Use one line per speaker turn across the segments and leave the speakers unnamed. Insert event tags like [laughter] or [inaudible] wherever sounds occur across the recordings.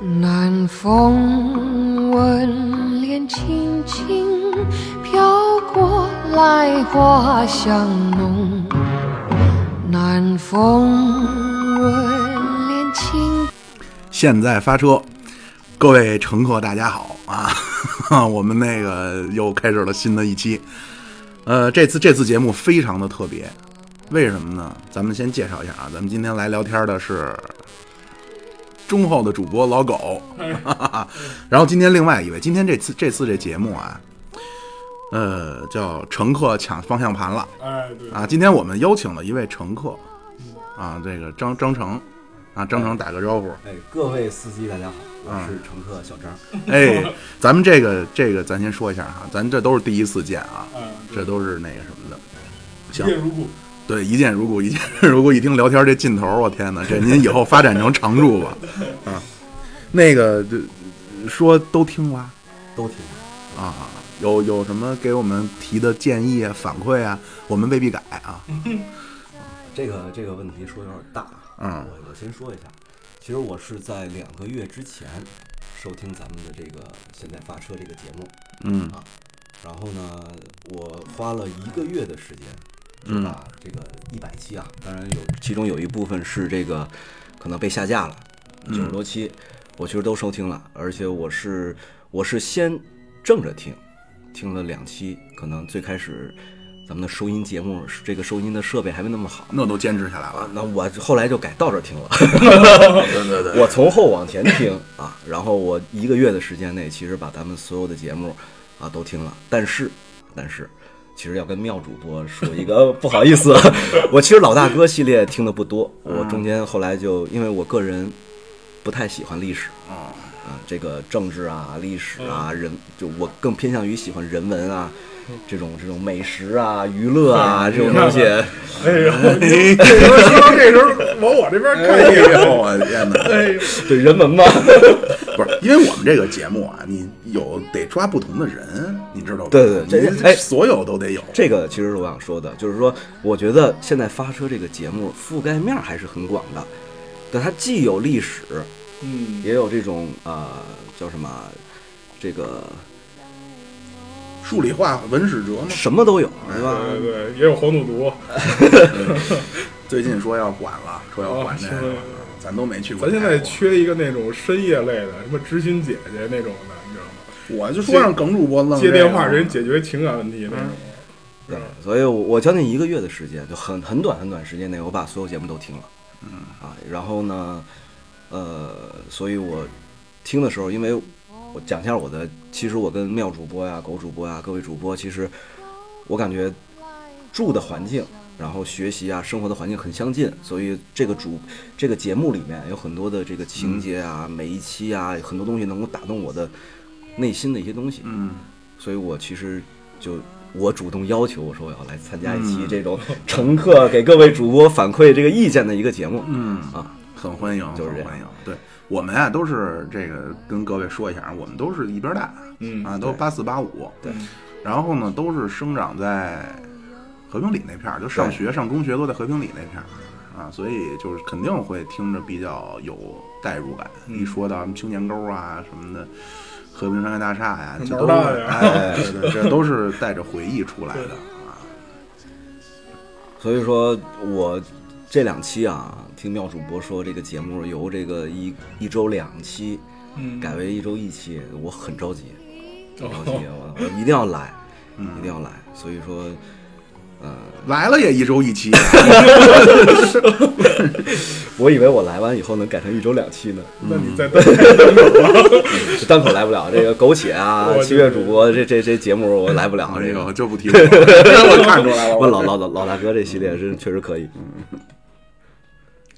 南风吻脸，轻轻飘过来，花香浓。南风吻脸，轻。
现在发车，各位乘客大家好啊！ [laughs] 我们那个又开始了新的一期，呃，这次这次节目非常的特别，为什么呢？咱们先介绍一下啊，咱们今天来聊天的是忠厚的主播老狗， [laughs] 然后今天另外一位，今天这次这次这节目啊，呃，叫乘客抢方向盘了。
哎，对，
啊，今天我们邀请了一位乘客，啊，这个张张成，啊，张成打个招呼，
哎，各位司机大家好，我是乘客小张。
[laughs]
哎，咱们这个这个咱先说一下哈，咱这都是第一次见啊，
嗯，
这都是那个什么的，
一
行
见如故，
对，一见如故，一 [laughs] 见如故，一听聊天这劲头儿，我天哪，这您以后发展成常驻
[laughs]
吧，啊，那个这说都听了
都听，
啊，有有什么给我们提的建议啊、反馈啊，我们未必改啊，
嗯
这个这个问题说有点大，啊
嗯
我我先说一下，其实我是在两个月之前收听咱们的这个现在发车这个节目，
嗯
啊然后呢，我花了一个月的时间，就把这个一百期啊，当然有嗯其中有一部分是这个可能被下架了，九十多期，我其实都收听了，而且我是我是先正着听，听了两期，可能最开始咱们的收音节目是这个收音的设备还没那么好。
那都坚持下来了，
啊那我后来就改倒着听 [laughs] 了，我从后往前听啊，然后我一个月的时间内，其实把咱们所有的节目啊都听了，但是但是，其实要跟妙主播说一个呃不好意 [laughs] 思，我其实老大哥系列听的不多，我中间后来就因为我个人不太喜欢历史啊，这个政治啊、历史啊、人，就我更偏向于喜欢人文啊。这种这种美食啊、娱乐啊这种东西，
哎呦， [laughs] 这时候说到这时候往我这边看哎
哎呦，我天哪！
对人文嘛，
[laughs] 不是，因为我们这个节目啊，你有得抓不同的人，你知道吗？
对对对
你
这哎
所有都得有。
这个其实是我想说的，就是说，我觉得现在发车这个节目覆盖面儿还是很广的，但它既有历史，
嗯，
也有这种呃叫什么，这个
数理化文史哲嘛，
什么都有，对吧？
对对，也有黄赌毒，
最近说要管了，说要管这个了
哦，
咱都没去过
咱
泰国。
现在缺一个那种深夜类的，什么知心姐姐那种的，你知道
嗯
吗？
我就说让耿主播愣
接
这个
电话给人解决情感问题那种，
对，嗯所以我我将近一个月的时间，就很很短很短时间内，我把所有节目都听了，嗯啊，然后呢，呃，所以我听的时候，因为我讲一下我的，其实我跟妙主播呀、狗主播呀、各位主播，其实我感觉住的环境，然后学习啊、生活的环境很相近，所以这个主这个节目里面有很多的这个情节啊，每一期啊，很多东西能够打动我的内心的一些东西，嗯，所以我其实就我主动要求我说我要来参加一
嗯
期这种乘客给各位主播反馈这个意见的一个节目，嗯啊，
很欢迎，
就是这
很
样
欢迎。对我们啊，都是这个跟各位说一下啊，我们都是一边大，
嗯
啊，都八四八五，对。然后呢，都是生长在和平里那片儿，就上
对
学、上中学都在和平里那片儿啊，所以就是肯定会听着比较有代入感。
嗯
一说到什么青年沟啊什么的，和平商业大厦呀，这都
毛大爷
是哎，对对，这都是带着回忆出来的啊。
所以说我这两期啊，听妙主播说这个节目由这个一一周两期
嗯，
改为一周一期，我很着急，很着急，
哦，嗯
我我一定要来，一定要来，所以说。
来了也一周一期，
[laughs] 我以为我来完以后能改成一周两期
[laughs]
呢，
那你
[laughs]
再等，
单口来不了。这个苟且啊
我，嗯
七月主播这这这节目我来不了。
哎
这个
呦，就不提我
[laughs]
了，我看出来了，
问老老老老大哥这系列是确实可以，
嗯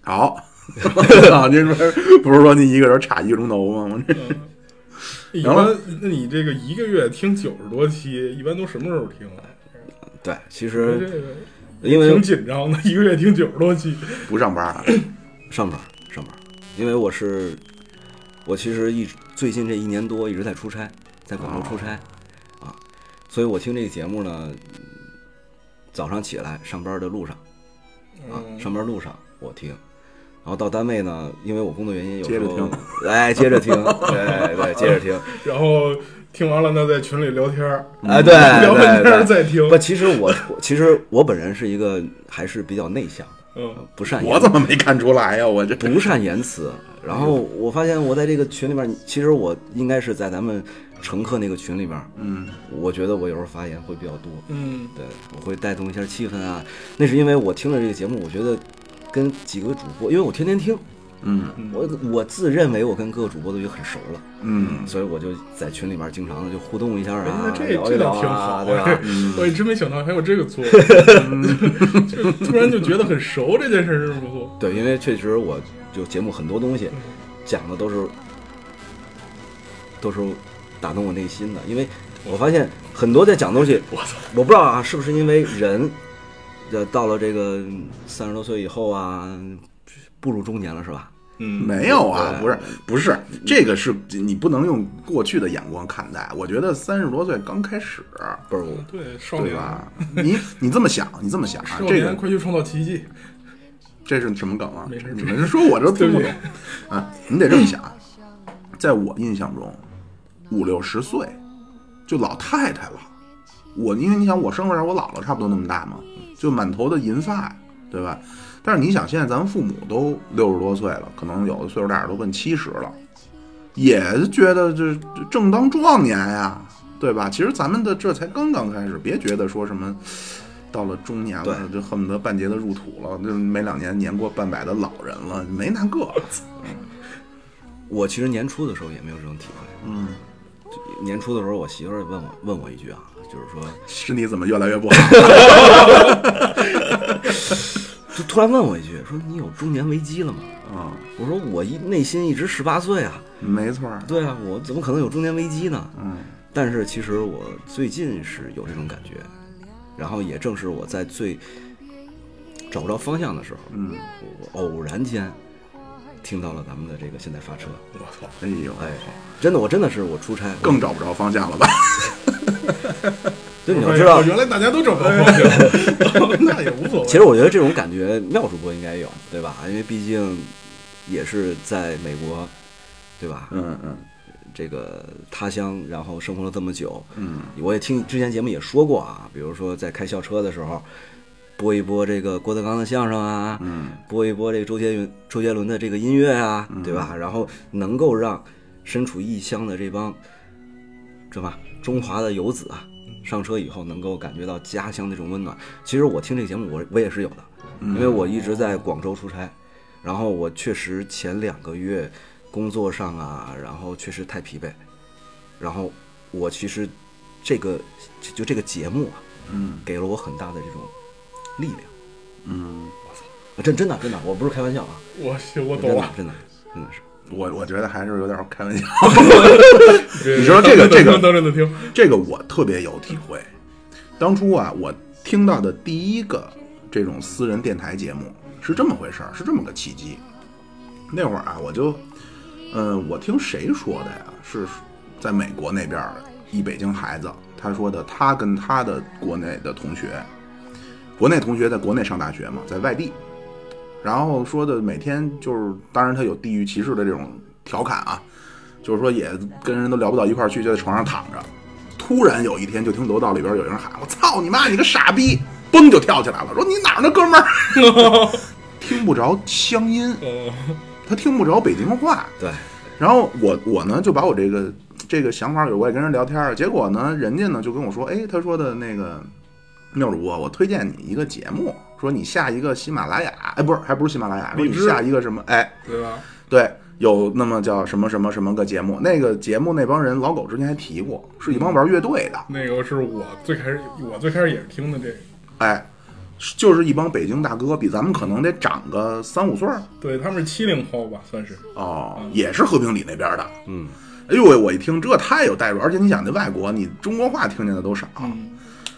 好， [laughs] 啊，您不是不是说您一个人插一个钟头吗？我这
一
行了
般那你这个一个月听九十多期，一般都什么时候听啊？
对，其
这
实
个
因为
挺紧张的，一个月听九十多期，
不上班啊？
上班上班，因为我是我其实一直最近这一年多一直在出差，在广
哦
州出差、啊，所以我听这个节目呢，早上起来上班的路上，啊，
嗯
上班路上我听，然后到单位呢，因为我工作原因，有
接
时
着
候
听，
[laughs] 哎，接着听，对对，接着
[laughs]
听，
然后听完了呢，在群里聊天儿，
哎，对
聊半天儿
对对。
再听
不，，其实我我其实我本人是一个还是比较内向的，
嗯，
不善
我
言
怎么没看出来呀、我这
不善言辞。然后我发现我在这个群里面，其实我应该是在咱们乘客那个群里面，
嗯，
我觉得我有时候发言会比较多，
嗯，
对，我会带动一下气氛啊。那是因为我听了这个节目，我觉得跟几个主播，因为我天天听，
嗯
我我自认为我跟各个主播都已经很熟了，
嗯，
所以我就在群里面经常的就互动一下
哎
啊
那，这
聊一
这
聊
倒挺
啊，
好，
对
[laughs]
吧？
这我也真没想到还有这个
[laughs]
作用， [laughs] 就突然就觉得很熟这件事儿，真不错。
对，因为确实我就节目很多东西
嗯
讲的都是都是打动我内心的，因为我发现很多在讲东西，我操，我不知道啊，是不是因为人呃到了这个三十多岁以后啊，步入中年了是吧？
嗯，
没有啊，
对
不是不是，这个是你不能用过去的眼光看待。我觉得三十多岁刚开始，
不是我，
对，少
对
年，
吧？你你这么想，你这么想啊
少，
这
年，
个
快去创造奇迹！
这是什么梗啊
没事？
你们是说我这听不
对
懂啊？你得这么想，在我印象中，五六十岁就老太太了。我因为你想，我生出来我姥姥差不多那么大嘛，就满头的银发，对吧？但是你想，现在咱们父母都六十多岁了，可能有的岁数大点儿都奔七十了，也觉得这这正当壮年呀，对吧？其实咱们的这才刚刚开始，别觉得说什么到了中年了，
对
就恨不得半截子入土了，这没两年年过半百的老人了，没那
[laughs]
个。
我其实年初的时候也没有这种体会。
嗯，
年初的时候，我媳妇儿问我问我一句啊，就是说，
身体怎么越来越不好？
就突然问我一句，说你有中年危机了吗？
嗯，
我说我一内心一直十八岁啊，
没错儿。
对啊，我怎么可能有中年危机呢？
嗯
但是其实我最近是有这种感觉，然后也正是我在最找不着方向的时候，
嗯，
我我偶然间听到了咱们的这个现在发车，
我操，
哎呦，
哎，真的，我真的是我出差，我
更找不着方向了吧？
就你要知道
哎，原来大家都找不到方
[laughs]
向，那也无所谓。
其实我觉得这种感觉妙主播应该有，对吧？因为毕竟也是在美国，对吧？
嗯嗯
这个他乡，然后生活了这么久，
嗯，
我也听之前节目也说过啊，比如说在开校车的时候，播一播这个郭德纲的相声啊，
嗯，
播一播这个周杰伦周杰伦的这个音乐啊，对吧？然后能够让身处异乡的这帮什么中华的游子啊，上车以后能够感觉到家乡那种温暖。其实我听这个节目我，我也是有的，因为我一直在广州出差，然后我确实前两个月工作上啊，然后确实太疲惫，然后我其实这个就这个节目啊，
嗯
给了我很大的这种力量。
嗯，
啊真真的真的，我不是开玩笑啊，
我我
真
懂啊
的
了。
真的真的是。
我我觉得还是有点开玩笑。
你
说
[laughs]
这个这个
当真的听，
这个我特别有体会。当初啊，我听到的第一个这种私人电台节目是这么回事儿，是这么个契机。那会儿啊，我就，嗯、我听谁说的呀？是在美国那边儿一北京孩子，他说的，他跟他的国内的同学，国内同学在国内上大学嘛，在外地，然后说的每天就是，当然他有地域歧视的这种调侃啊，就是说也跟人都聊不到一块儿去，就在床上躺着。突然有一天，就听楼道里边有人喊：“我操你妈，你个傻逼！”嘣就跳起来了，说：“你哪儿呢，哥们儿？”听不着乡音，
嗯，
他听不着北京话。
对，
然后我我呢就把我这个这个想法有，我也跟人聊天儿，结果呢，人家呢就跟我说：“哎，他说的那个妙主播，我推荐你一个节目，说你下一个喜马拉雅，哎，不是，还不是喜马拉雅，说你
荔枝
下一个什么，哎，
对吧？
对，有那么叫什么什么什么个节目，那个节目那帮人老狗之前还提过，是一帮玩乐队的，
那个是我最开始，我最开始也是听的这个，
哎，是就是一帮北京大哥，比咱们可能得长个三五岁儿
对他们是七零后吧，算是。
哦，
嗯
也是和平里那边的。
嗯，
哎呦喂，我一听这太有代入，而且你想那外国，你中国话听见的都少。
嗯，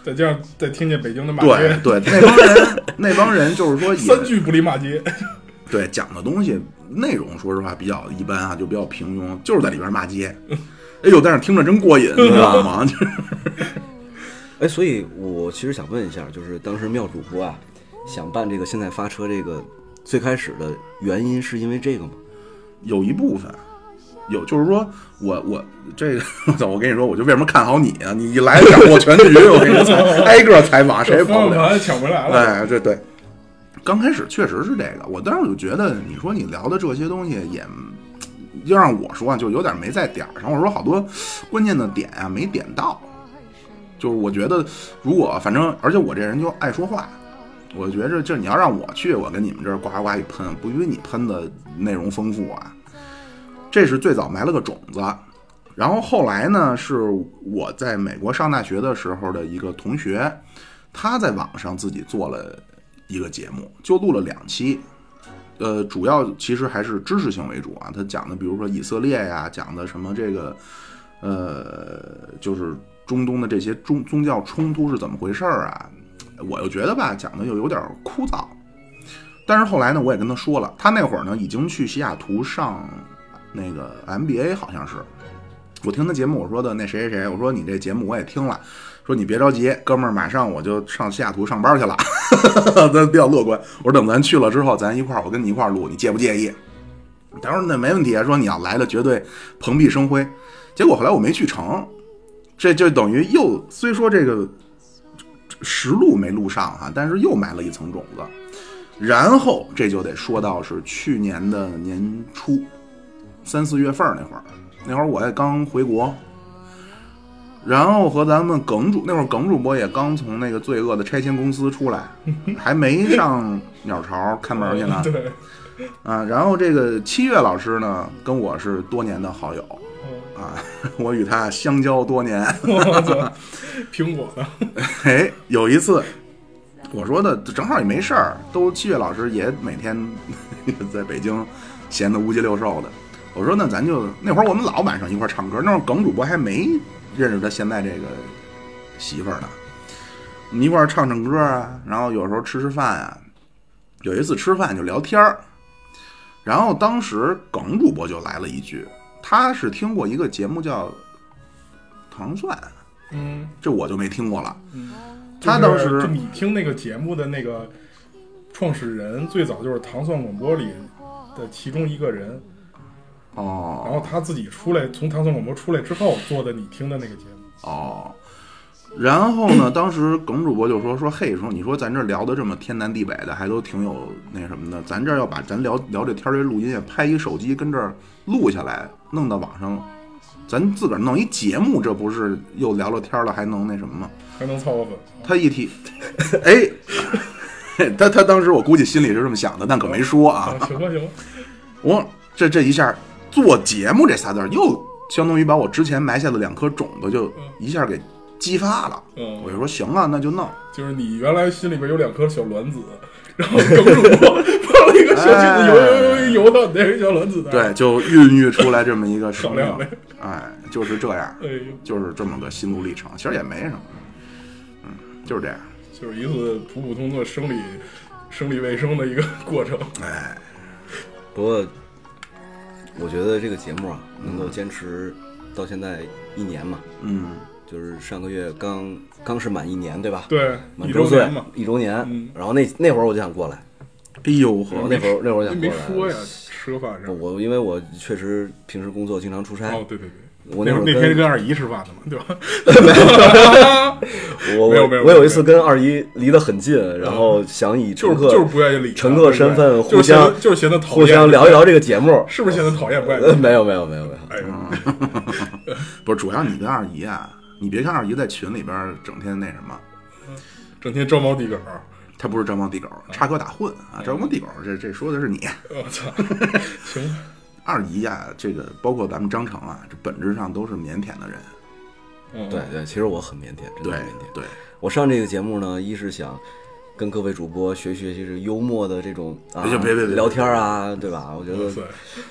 再加上再听见北京的马
对
街，
对，那帮人那帮人就是说也
三句不离马街，
对讲的东西内容，说实话比较一般啊，就比较平庸，就是在里边骂街。
嗯
哎呦，但是听着真过瘾，你知道吗？ [laughs] 就是
哎，所以我其实想问一下，就是当时妙主播啊，想办这个现在发车这个最开始的原因是因为这个吗？
有一部分，有就是说我我这个， [laughs] 我操我跟你说，我就为什么看好你啊？你一来掌握全局，我跟你说，挨个采访谁也
[laughs] 方
跑
向
不了。
盘抢回来了，
哎，对对，刚开始确实是这个，我当时我就觉得，你说你聊的这些东西也，要让我说啊，就有点没在点儿上。我说好多关键的点啊没点到，就是我觉得如果反正，而且我这人就爱说话。我觉着，就是你要让我去，我跟你们这儿呱呱呱一喷，不比你喷的内容丰富啊。这是最早埋了个种子，然后后来呢，是我在美国上大学的时候的一个同学，他在网上自己做了一个节目，就录了两期。呃，主要其实还是知识性为主啊。他讲的，比如说以色列呀、讲的什么这个，呃，就是中东的这些宗宗教冲突是怎么回事儿啊？我又觉得吧，讲的又有点枯燥。但是后来呢，我也跟他说了，他那会儿呢已经去西雅图上那个 MBA，好像是。我听他节目，我说的那谁谁谁，我说你这节目我也听了，说你别着急，哥们儿，马上我就上西雅图上班去了， [laughs] 他比较乐观。我说等咱去了之后，咱一块儿，我跟你一块儿录，你介不介意？他说那没问题啊，说你要来了绝对蓬荜生辉。结果后来我没去成，这就等于又虽说这个实录没录上哈、但是又埋了一层种子。然后这就得说到是去年的年初，三四月份儿那会儿，那会儿我也刚回国，然后和咱们耿主那会儿耿主播也刚从那个罪恶的拆迁公司出来，还没上鸟巢看门儿去呢。
对，
啊，然后这个七月老师呢，跟我是多年的好友啊， [laughs] 我与他相交多年。
我操，
[laughs]
苹果的，
哎，有一次，我说的正好也没事儿，都七月老师也每天 [laughs] 在北京闲得乌鸡六兽的。我说那咱就那会儿我们老晚上一块儿唱歌，那会儿耿主播还没认识他现在这个媳妇儿呢，我们一块儿唱唱歌啊，然后有时候吃吃饭啊。有一次吃饭就聊天儿，然后当时耿主播就来了一句，他是听过一个节目叫《糖蒜》，
[laughs] 嗯，
这我就没听过了。
就
他
是
当时
就你听那个节目的那个创始人，最早就是糖蒜广播里的其中一个人，然
哦
后他自己出来，从糖蒜广播出来之后做的你听的那个节目，
哦，然后呢， [clears throat] 当时耿主播就说说嘿，说你说咱这聊的这么天南地北的，还都挺有那什么的，咱这儿要把咱聊聊这天儿这录音也拍一手机跟这儿录下来，弄到网上，咱自个儿弄一节目，这不是又聊聊天儿了，还能那什么吗？
还能凑合粉。
他一提， [laughs] 哎。 [laughs] 他他当时我估计心里是这么想的，但可没说啊。
啊，行吧行吧，
我这这一下做节目这仨字儿，又相当于把我之前埋下的两颗种子就一下给激发了。
嗯
我就说行啊，那就弄。
就是你原来心里边有两颗小卵子，然后耿主播放了一个小精子游游游游游到你那个小卵子那儿，
对，就孕育出来这么一个生
嗯少
命
量呗。
哎，就是这样，
哎呦，
就是这么个心路历程。其实也没什么，嗯，就是这样。
就是一次普普通通的生理生理卫生的一个过程。
哎，
不过，我觉得这个节目啊，能够坚持到现在一年嘛，
嗯，
就是上个月刚刚是满一年，对吧？，
对，
满
一
周
周
岁
年嘛，
一周年。
嗯哦
然后那那会儿我就想过来，
哎呦
我
呵，
那会儿那会儿我想
你
过
没
来。
说呀，吃个饭是吧？
我因为我确实平时工作经常出差，
哦，对对对，
我
那
会儿
那天
跟
跟二姨吃饭的嘛，对吧？ [laughs]
我
没有
我
没有
我有
没
一
有嗯
次跟二姨离得很近，然后想以
就
乘
是
客
就是不愿意理他
乘客身份
对不对
互相
就是嫌他就是嫌他讨厌，
互相聊一聊这个节目
[laughs] 对，是不是嫌他讨厌不爱
呃，[laughs]
理？
没有没有没有没有，
哎呦，
不是主要你跟二姨啊，你别看二姨在群里边儿整天那什么，
[laughs] 整天招猫递狗，
她不是张猫地狗，插科打诨
嗯
啊，张猫地狗这这说的是你。
我操！ [laughs] 行吧，
二姨呀、这个包括咱们张成啊，这本质上都是腼腆的人。嗯
嗯
对对，其实我很腼腆，真的
对
很腼腆。
对，
我上这个节目呢，一是想跟各位主播学学这个幽默的这种啊，
哎
别别别别
聊天啊，对吧？我觉
哇塞
得，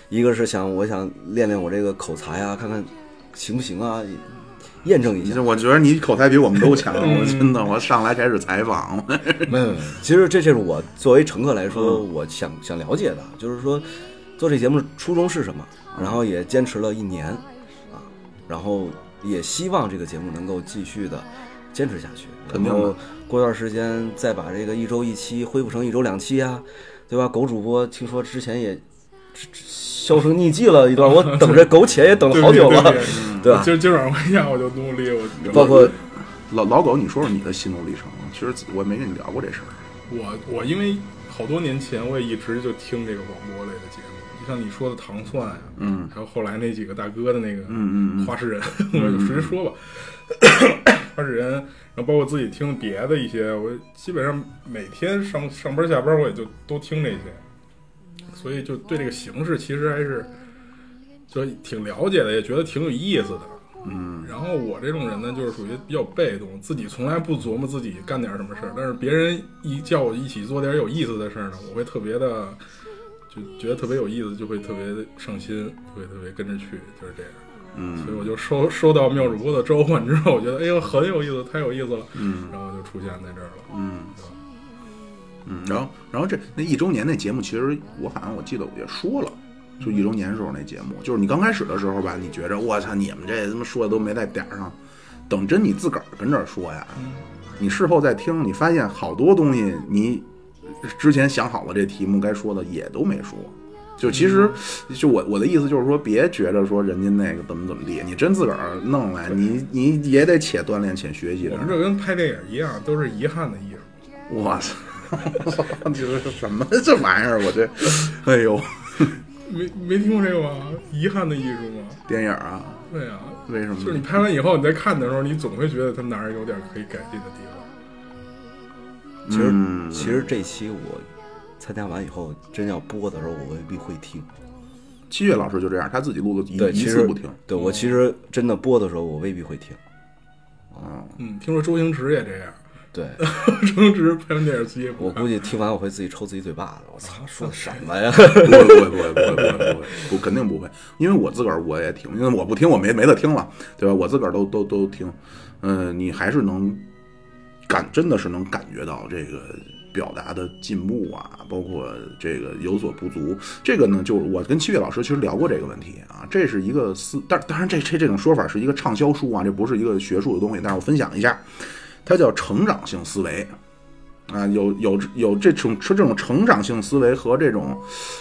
一个是想我想练练我这个口才啊，看看行不行啊，验证一
你
下
这。我觉得你口才比我们都强，我真的，我上来开始采访，
没有，没有其实这就是我作为乘客来说，
嗯
我想想了解的，就是说做这节目初衷是什么，
嗯
然后也坚持了一年啊，然后也希望这个节目能够继续的坚持下去。
肯定的
然后过段时间再把这个一周一期恢复成一周两期啊，对吧？狗主播听说之前也销声匿迹了一段，我等着苟且也等了好久了，
[laughs] 对对
对吧？
今儿今儿晚上回家我就努力，我
包括
老老狗，你说说你的心路历程。其实我没跟你聊过这事儿。
我我因为好多年前我也一直就听这个广播类的节目，就像你说的糖蒜呀、
嗯
还有后来那几个大哥的那个，
嗯嗯嗯
花式人，我就直接说吧， [coughs] 花式人，然后包括自己听别的一些，我基本上每天上上班下班我也就都听这些，所以就对这个形式其实还是就挺了解的，也觉得挺有意思的。
嗯，
然后我这种人呢，就是属于比较被动，自己从来不琢磨自己干点什么事儿，但是别人一叫我一起做点有意思的事儿呢，我会特别的，就觉得特别有意思，就会特别的上心，就会特别跟着去，就是这样。
嗯，
所以我就收收到妙主播的召唤之后，我觉得哎呦很有意思，太有意思了，
嗯
然后我就出现在这儿了。
嗯嗯。然后然后这那一周年那节目，其实我好像我记得我也说了。就一周年时候那节目，就是你刚开始的时候吧，你觉着我操，你们这他妈说的都没在点儿上。等真你自个儿跟这儿说呀，
嗯
你事后再听，你发现好多东西你之前想好了这题目该说的也都没说。就其实，
嗯
就我我的意思就是说，别觉着说人家那个怎么怎么地，你真自个儿弄来，你你也得且锻炼且学习着
我们。这跟拍电影一样，都是遗憾的艺术。
我操，你这是什么这玩意儿？我这，哎呦，
没没听过这个吗？遗憾的艺术吗？
电影啊，
对呀、
为什么？
就是你拍完以后，你再看的时候，你总会觉得它哪儿有点可以改进的地方。
其实、
嗯
其实这期我参加完以后，真要播的时候，我未必会听。
七月老师就这样，他自己录的一
对，
一
其
次
实
不听。
对我其实真的播的时候，我未必会听。
嗯，听说周星驰也这样， [laughs]
对
周星驰拍完电影自己也不
[laughs] 我
看。
估计听完我会自己抽自己嘴巴子。我操，说的什么呀？
不会不会不会不会不会不会不肯定不会，因为我自个儿我也听，因为我不听我没没得听了，对吧？我自个儿都都都听，嗯、你还是能感真的是能感觉到这个表达的进步啊，包括这个有所不足。这个呢，就是我跟七月老师其实聊过这个问题啊，这是一个思，但当然这这这种说法是一个畅销书啊，这不是一个学术的东西，但是我分享一下，它叫成长性思维。啊，有有有这种这种成长性思维和这种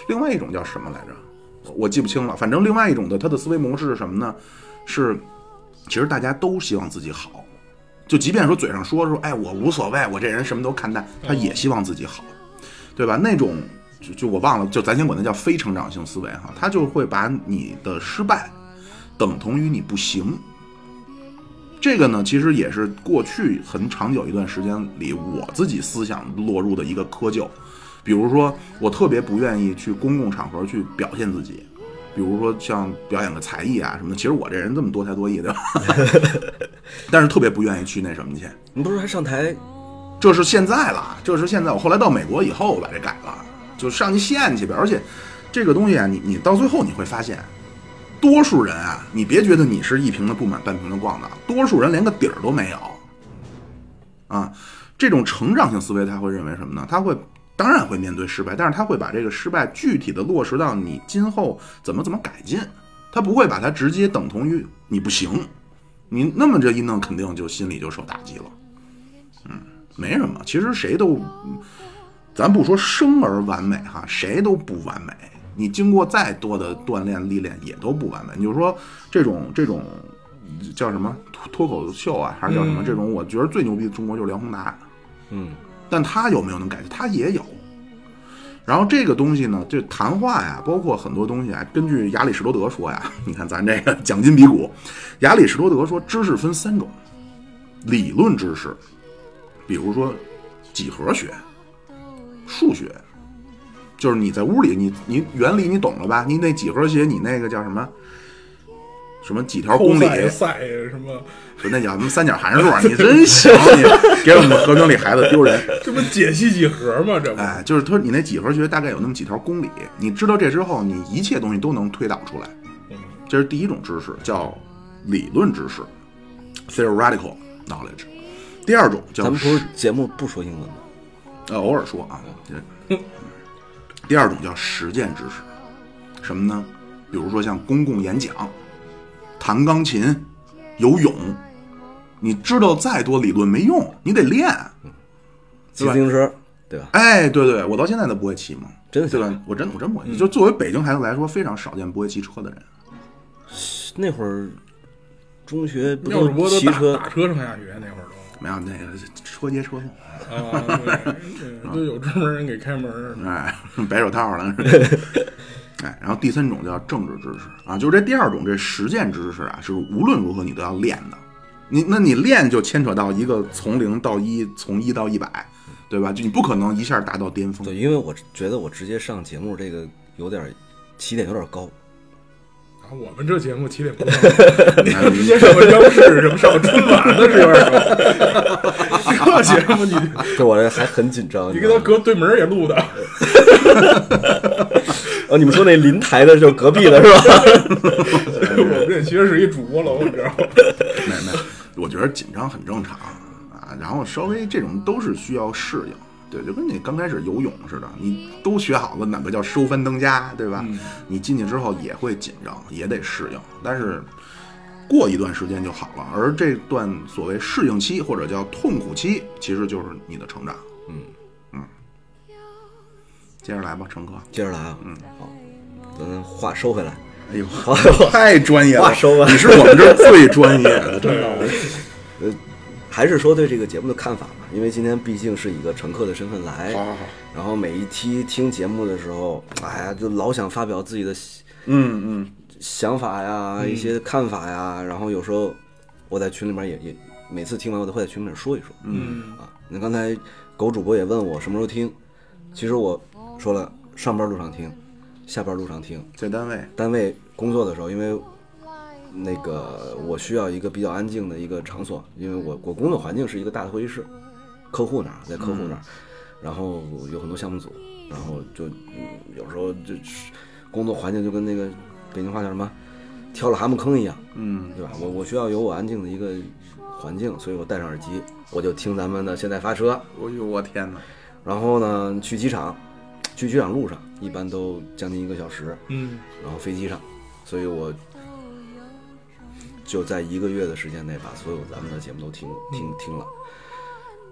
另外一种叫什么来着？我记不清了。反正另外一种的，他的思维模式是什么呢？是其实大家都希望自己好，就即便说嘴上说说，哎，我无所谓，我这人什么都看淡，他也希望自己好，对吧？那种就就我忘了，就咱先管它叫非成长性思维哈，他就会把你的失败等同于你不行。这个呢，其实也是过去很长久一段时间里我自己思想落入的一个窠臼。比如说，我特别不愿意去公共场合去表现自己，比如说像表演个才艺啊什么的。其实我这人这么多才多艺，对吧？ [laughs] 但是特别不愿意去那什么去。
你不是还上台？
这是现在了，这是现在。我后来到美国以后，我把这改了，就上去县去呗。而且这个东西啊，你你到最后你会发现，多数人啊，你别觉得你是一瓶的不满半瓶的逛的，多数人连个底儿都没有。啊，这种成长性思维，他会认为什么呢？他会当然会面对失败，但是他会把这个失败具体的落实到你今后怎么怎么改进，他不会把它直接等同于你不行，你那么这一弄，肯定就心里就受打击了。没什么，其实谁都，嗯咱不说生而完美哈，谁都不完美。你经过再多的锻炼历练，也都不完美。你就说这种这种叫什么脱脱口秀啊，还是叫什么、
嗯
这种？我觉得最牛逼的中国就是梁宏达，
嗯，
但他有没有能改进？他也有。然后这个东西呢，就谈话呀，包括很多东西啊，根据亚里士多德说呀， [laughs] 你看咱这个讲筋比骨，亚里士多德说知识分三种，理论知识，比如说几何学、数学，就是你在屋里你你原理你懂了吧？你那几何学你那个叫什么？什么几条公理？
赛赛什么，
就那叫什么三角函数啊？你真行，你给我们和平里孩子丢人。
这不解析几何吗？这不，
哎，就是他说你那几何学大概有那么几条公理，你知道这之后，你一切东西都能推导出来。
嗯
这是第一种知识，叫理论知识 （theoretical knowledge）。第二种叫
咱们不是节目不说英文吗？
呃，偶尔说啊。
[laughs]
这第二种叫实践知识，什么呢？比如说像公共演讲、弹钢琴、游泳，你知道再多理论没用，你得练。
骑自行车，对吧？
哎，对对，我到现在都不会骑嘛，
真的
对
假
吧
的？嗯
我真我真不会骑，就作为北京孩子来说，非常少见不会骑车的人。
那会儿中学不
妙主播
都
都
骑
打
车
打车上下学那会儿都
没有那个车接车送，
啊，对，对就有专门人给开门儿。
哎， [laughs] 白手套
[laughs]
了。哎，然后第三种叫政治知识啊，就是这第二种这实践知识啊，是无论如何你都要练的。你那你练就牵扯到一个从零到一，从一到一百，对吧？就你不可能一下达到巅峰
对，因为我觉得我直接上节目这个有点儿起点有点儿高，
啊，我们这节目起点不高，你
哎
要直接上个央视，什么上个春晚的是有点高。 [laughs] 这节目你
对我这还很紧张。
[laughs] 你
知
跟
道
他
吗
隔对门儿也录的， [laughs]
哦，你们说那临台的就是隔壁的是吧？
我们这其实是一主播楼，你知道吗？
没没，我觉得紧张很正常啊。然后稍微这种都是需要适应，对，就跟你刚开始游泳似的，你都学好了哪个叫收翻登加，对吧？你进去之后也会紧张，也得适应，但是过一段时间就好了。而这段所谓适应期或者叫痛苦期，其实就是你的成长。嗯嗯，接着来吧，乘客。
接着来啊，嗯，好，咱话收回来，
哎 [laughs] 呦，
好，
太专业了，
话收吧
你是我们这儿最专业 [laughs] 的，真的。
还是说对这个节目的看法吧，因为今天毕竟是以一个乘客的身份来，
好好好，
然后每一期听节目的时候，哎呀，就老想发表自己的
嗯嗯。
想法呀，一些看法呀，然后有时候我在群里面也也每次听完我都会在群里面说一说，
嗯
啊，那刚才狗主播也问我什么时候听，其实我说了上班路上听，下班路上听，
在单位，
单位工作的时候，因为那个我需要一个比较安静的一个场所，因为我我工作环境是一个大的会议室，客户那儿在客户那儿，然后有很多项目组，然后就、嗯有时候就是工作环境就跟那个北京话叫什么挑了蛤蟆坑一样，
嗯，
对吧？我我需要有我安静的一个环境，所以我戴上耳机，我就听咱们的现在发车，
我呦我天哪，
然后呢去机场，去机场路上一般都将近一个小时，
嗯，
然后飞机上，所以我就在一个月的时间内把所有咱们的节目都听
嗯
听听了。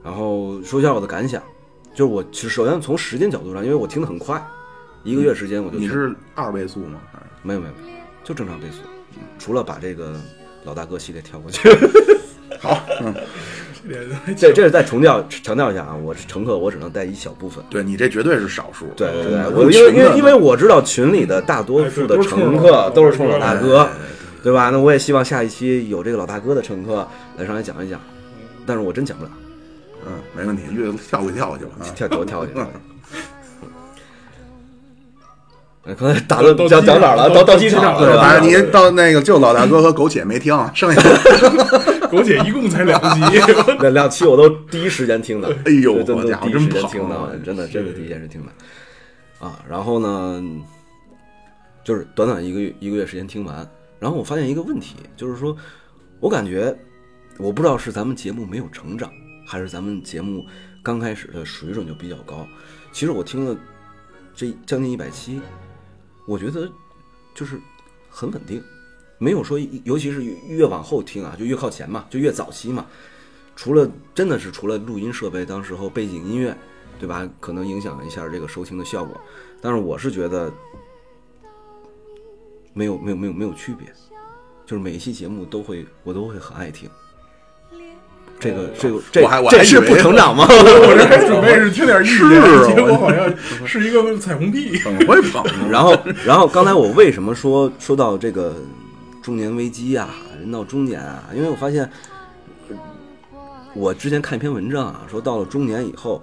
然后说一下我的感想，就是我其实首先从时间角度上，因为我听得很快，一个月时间我就
你
听
是二位数吗？还是
没有没有没有，就正常倍速，嗯除了把这个老大哥系列跳过去。 [laughs]
这点
这这是再强调强调一下啊，我是乘客，我只能带一小部分。
对你这绝对是少数。
对对对，
嗯
我因为因
群的
为因为我知道群里的大多数的乘客哎都是冲老大哥，对吧？那我也希望下一期有这个老大哥的乘客来上来讲一讲，但是我真讲不了，
嗯，没问题，越跳过去跳过去了啊。
跳我跳下去 [laughs] 了。哎刚才打断讲讲哪儿了？到
到
到
到
机场
机场
了
了
是吧？
反正你到那个就老大哥和苟且没听，啊剩下 [laughs]
[laughs] 狗姐一共才两集，
[laughs] 那两期我都第一时间听的，
哎呦
对都
好
都
家伙
第一时
真
间
捧
听
啊
的，真的真的第一时间听的啊。然后呢，就是短短一个月一个月时间听完，然后我发现一个问题，就是说我感觉我不知道是咱们节目没有成长，还是咱们节目刚开始的水准就比较高。其实我听了这将近一百期，我觉得就是很稳定。没有说，尤其是越往后听啊，就越靠前嘛，就越早期嘛，除了真的是除了录音设备，当时候背景音乐，对吧？可能影响一下这个收听的效果，但是我是觉得没有没有没有没有区别，就是每一期节目都会我都会很爱听。这个这个这
我还我还
这是
以为
不
[laughs]
成长吗？
我这还准备是听点意见，
啊
是
结果好像是一个彩
[laughs]
虹屁。
怎么会捧？
然后， [laughs] 然后刚才我为什么说说到这个中年危机啊，人到中年啊，因为我发现，呃我之前看一篇文章啊，说到了中年以后，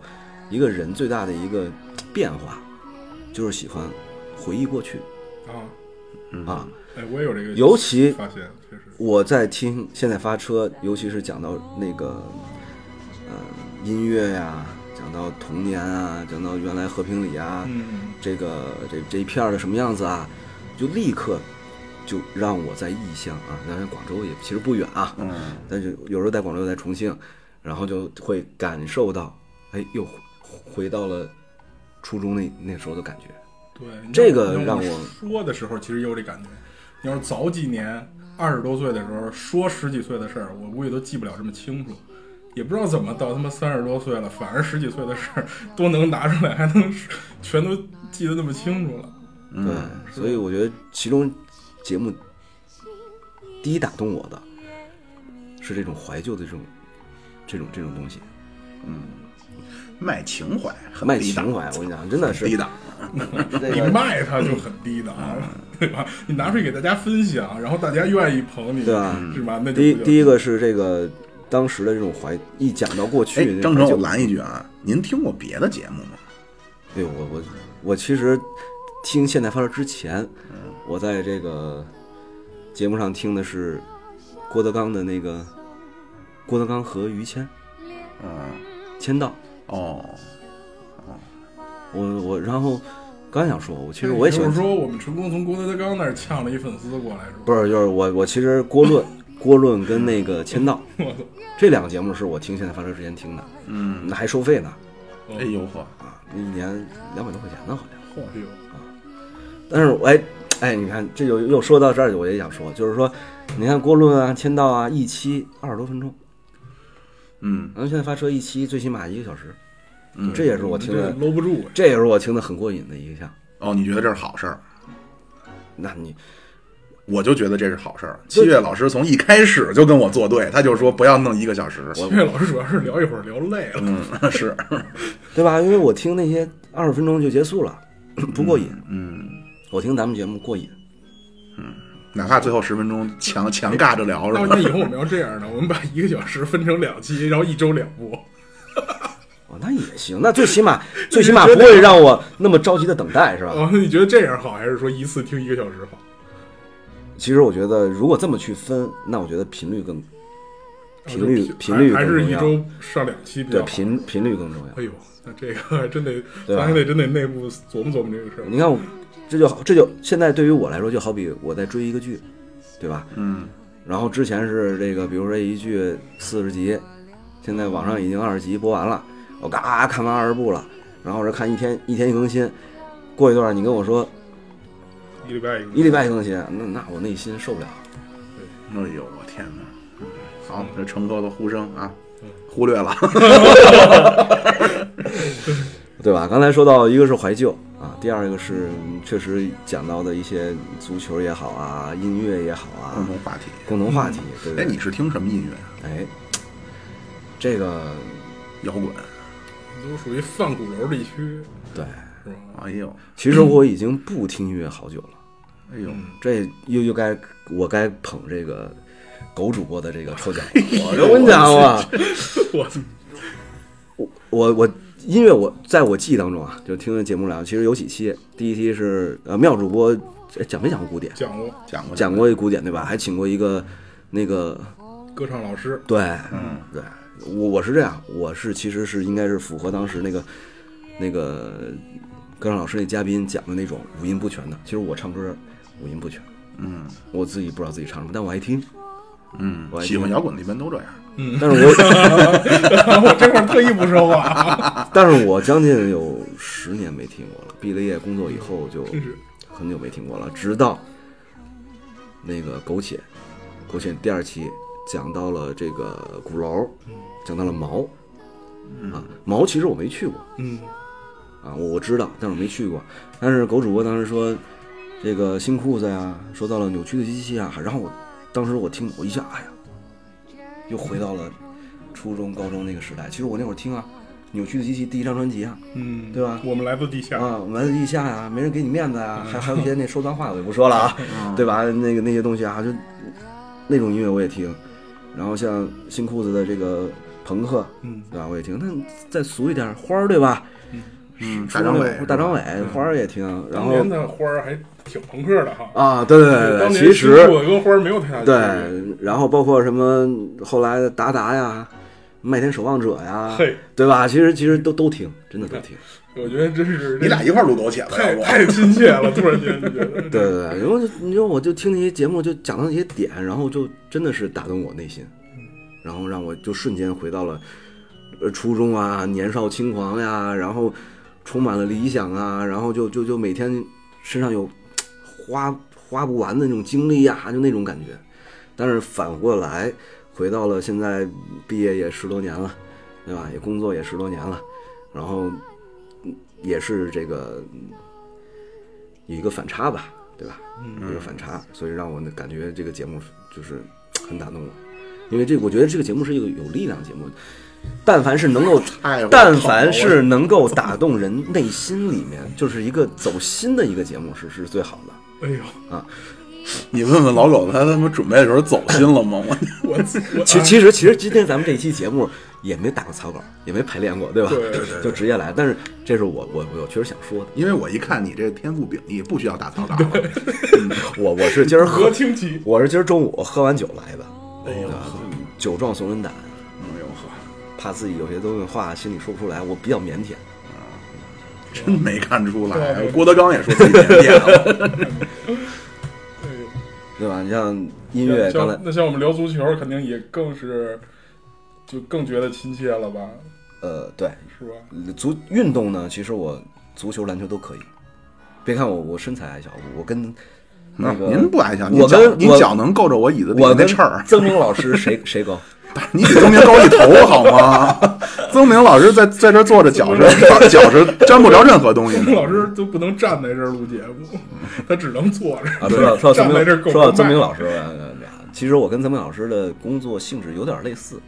一个人最大的一个变化，就是喜欢回忆过去
啊，
啊。
哎，我也有这个，
尤其
发现确实，
我在听现在发车，尤其是讲到那个，呃，音乐呀、讲到童年啊，讲到原来和平里啊，
嗯，
这个这这一片儿的什么样子啊，就立刻就让我在异乡啊，当然广州也其实不远啊，
嗯，
但是有时候在广州，在重庆，然后就会感受到，哎，又回回到了初中那那时候的感觉。
对，
这个
你
让
你
我
说的时候，其实有这感觉。你要是早几年，二十多岁的时候说十几岁的事儿，我估计都记不了这么清楚，也不知道怎么到他妈三十多岁了，反而十几岁的事儿都能拿出来，还能全都记得那么清楚了。
嗯
对，所以我觉得其中节目第一打动我的是这种怀旧的这种这种这种东西，
卖情怀，很
卖
低
情
档
怀。我跟
[laughs]
你讲，真的是
低档，
这个
你卖它就很低档，对吧？你拿出去给大家分享，然后大家愿意捧你，
对吧
是吧？那就
第一第
一
一个是这个当时的这种怀，一讲到过去
哎，，张成，
我
我拦一句啊，您听过别的节目吗？
对哎我我我其实听现代发烧之前，
嗯
我在这个节目上听的是郭德纲的那个郭德纲和于谦
嗯，
签到，
哦，
我我然后刚想说，我其
哎
实我也喜欢
就是说，我们成功从郭德纲那儿呛了一粉丝过来，是吧？
不是，就是我我其实郭论郭论跟那个签到
我操，
这两个节目是我听现在发车之前听的，
嗯，
那还收费呢
哎呦呵，
啊，一年两百多块钱呢好像。
哎呦，
但是我哎哎，你看这就又说到这儿，我也想说，就是说，你看郭论啊、签到啊，一期二十多分钟，
嗯，
咱们现在发车一期最起码一个小时，嗯，这也是我听的，
搂不住，啊
这也是我听的很过瘾的一项。
哦，你觉得这是好事儿？
那你
我就觉得这是好事儿。七月老师从一开始就跟我作对，他就说不要弄一个小时。
因为老师主要是聊一会儿聊累了，
嗯，是，
对吧？因为我听那些二十分钟就结束了，不过瘾。
嗯，
我听咱们节目过瘾，
哪怕最后十分钟强强尬着聊
那
是
那
吧？
以后我们要这样的，我们把一个小时分成两期，然后一周两播。
哦，那也行。那最起
[laughs]
码最起码不会让我那么着急的等待，是吧？
哦，你觉得这样好，还是说一次听一个小时好？啊
其实我觉得，如果这么去分，那我觉得频率更频率
哦就
频率
还还是
更重
一
要
周上两期比较
对
好。
频频率更重要
哎。呦，那这个 [laughs] 还真得，
对啊嗯吧
咱还得真得内部琢磨琢磨这个事儿。
你看我，这就好，这就现在对于我来说，就好比我在追一个剧，对吧？
嗯，
然后之前是这个，比如说一剧四十集，现在网上已经二十集播完了，我嘎看完二十部了，然后是看一天一天一更新，过一段你跟我说
一礼拜一个，
一礼拜一更新，那那我内心受不了。
哎呦，我天哪！嗯好，这乘客的呼声啊，忽略了。 [laughs]
对吧？刚才说到一个是怀旧啊，第二个是嗯确实讲到的一些足球也好啊，音乐也好
共
啊，
嗯
同话题。
共同话题，对不
哎，
对？
你是听什么音乐啊？
哎，这个
摇滚。
都属于泛鼓楼地区，
对，
是吧？
哎呦，
其实我已经不听音乐好久了，
哎呦，
这又又该我该捧这个狗主播的这个抽奖了。我跟你讲啊，
我操，
我我音乐我在我记忆当中啊，就听的节目聊，其实有几期，第一期是呃妙主播哎讲没讲过古典，
讲过
讲过
讲过一古典对吧？还请过一个那个
歌唱老 [laughs] 师，
对，嗯，对，我我是这样，我是其实是应该是符合当时那个那个歌唱老师那嘉宾讲的那种五音不全的。其实我唱歌五音不全，
嗯
我自己不知道自己唱什么，但我爱听。
嗯
我，还
喜欢摇滚的一般都这样。
但是我
我这块儿特意不说话， [laughs]
但是我将近有十年没听过了，毕了业工作以后就
是
很久没听过了，直到那个苟且，苟且第二期讲到了这个鼓楼，讲到了毛。啊，毛其实我没去过，
嗯，
啊，我我知道，但是我没去过。但是狗主播当时说，这个新裤子呀，说到了扭曲的机器啊，然后我当时我听，我一下，哎呀，又回到了初中、高中那个时代。其实我那会儿听啊，扭曲的机器第一张专辑啊，
嗯，
对吧
我们来自地下，
啊，来自地下呀、没人给你面子呀、还还有一些那说脏话我就不说了啊，对吧？那个那些东西啊，就那种音乐我也听，然后像新裤子的这个朋克，
嗯，
对吧？我也听。那再俗一点，花儿对吧？
嗯，
说
大张
那
伟，
大张伟花儿也听，然
当
后
年的花儿还挺朋克的哈。
啊，对对对
当
对，
年
其实
我跟花儿没有太大区
对
别，，
然后包括什么后来的达达呀、麦田守望者呀
嘿，
对吧？其实其实都都听，真的都听。
我觉得真是
你俩一块儿录苟且吧，要
太
啊
不？
太亲切了，突然间就觉得
对对对，然后就你说我就听那些节目，就讲到那些点，然后就真的是打动我内心，然后让我就瞬间回到了呃初中啊，年少轻狂呀、然后充满了理想啊，然后就就就每天身上有花花不完的那种精力呀、就那种感觉。但是反过来，回到了现在毕业也十多年了，对吧？也工作也十多年了，然后嗯也是这个嗯有一个反差吧，对吧？
嗯
有一个反差，所以让我感觉这个节目就是很打动我，因为这我觉得这个节目是一个有力量的节目，但凡是能
[laughs]
够
哎
太有
但
口
凡
了
是能够打动人内心里面，就是一个走心的一个节目是是最好的。
[laughs] 哎呦，
你问问老狗，他他妈准备的时候走心了
[laughs]
吗？我
我我啊
其其实其实今天咱们这期节目也没打过草稿，也没排练过，对吧？
对
[laughs]
对对
就直接来。但是这是我我我确实想说的，
[laughs]
因为我一看你这天赋秉异，不需要打草稿哎了。
我我是今儿喝
何，听其
我是今儿中午喝完酒来的，啊
哎呦呵，
酒壮怂人胆，
哎呦呵，
怕自己有些东西话心里说不出来，我比较腼
[laughs]
腆。 [laughs]
真没看出来。
对
郭德纲也说自己腼腆了。
哎呦
对吧？你像音乐，刚才
像那像我们聊足球，肯定也更是就更觉得亲切了吧，
呃，对，
是吧？
足运动呢，其实我足球、篮球都可以。别看我我身材矮小，我跟
那
那个
您不矮小，您
我
脚
跟
您
我
脚能够着我椅子底下
我
那
跟，
翅儿
曾明老师
[laughs]
谁谁高？
你比曾明高一头好吗？曾明老师在在这坐着，脚是脚是沾不着任何东西的。
[laughs] 老师都不能站在这儿录节目，他只能坐着。
嗯啊，说到说到曾
站在
明
这儿够
说到
不
曾明
卖
老师吧，呃其实我跟曾明老师的工作性质有点类似，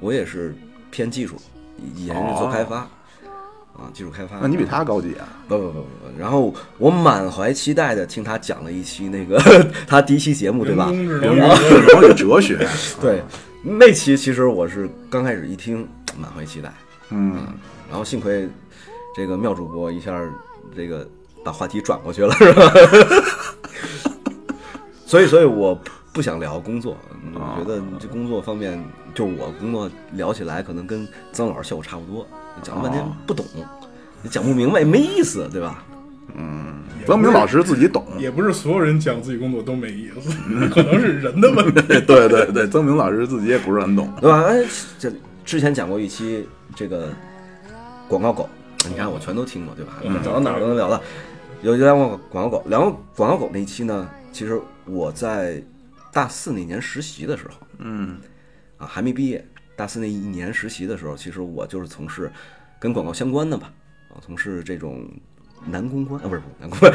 我也是偏技术，以前
哦
是做开发、啊，技术开发。
那你比他高
[laughs]
级啊？
不不不不不，然后我满怀期待的听他讲了一期那个 [laughs] 他第一期节目，对
人
吧？
工智能
人
语
工
音
智能与哲
[laughs]
学，啊
对，那期其实我是刚开始一听满怀期待，
嗯，
然后幸亏这个妙主播一下儿这个把话题转过去了，是吧？ [laughs] 所以，所以我不想聊工作，嗯我觉得这工作方面，就是我工作聊起来可能跟曾老师效果差不多，讲了半天
哦
不懂，你讲不明白也没意思，对吧？
曾明老师自己懂。
也不是所有人讲自己工作都没意思，
[laughs]
可能是人的问题。
对对对，曾明老师自己也不是很懂。
对吧？哎，这之前讲过一期这个广告狗，你看我全都听过，对吧？讲到哪儿都能聊到。有聊过广告狗，聊广告狗那一期呢，其实我在大四那年实习的时候
嗯
啊，还没毕业，大四那一年实习的时候，其实我就是从事跟广告相关的吧，啊，从事这种男公关啊，不是不是男公关，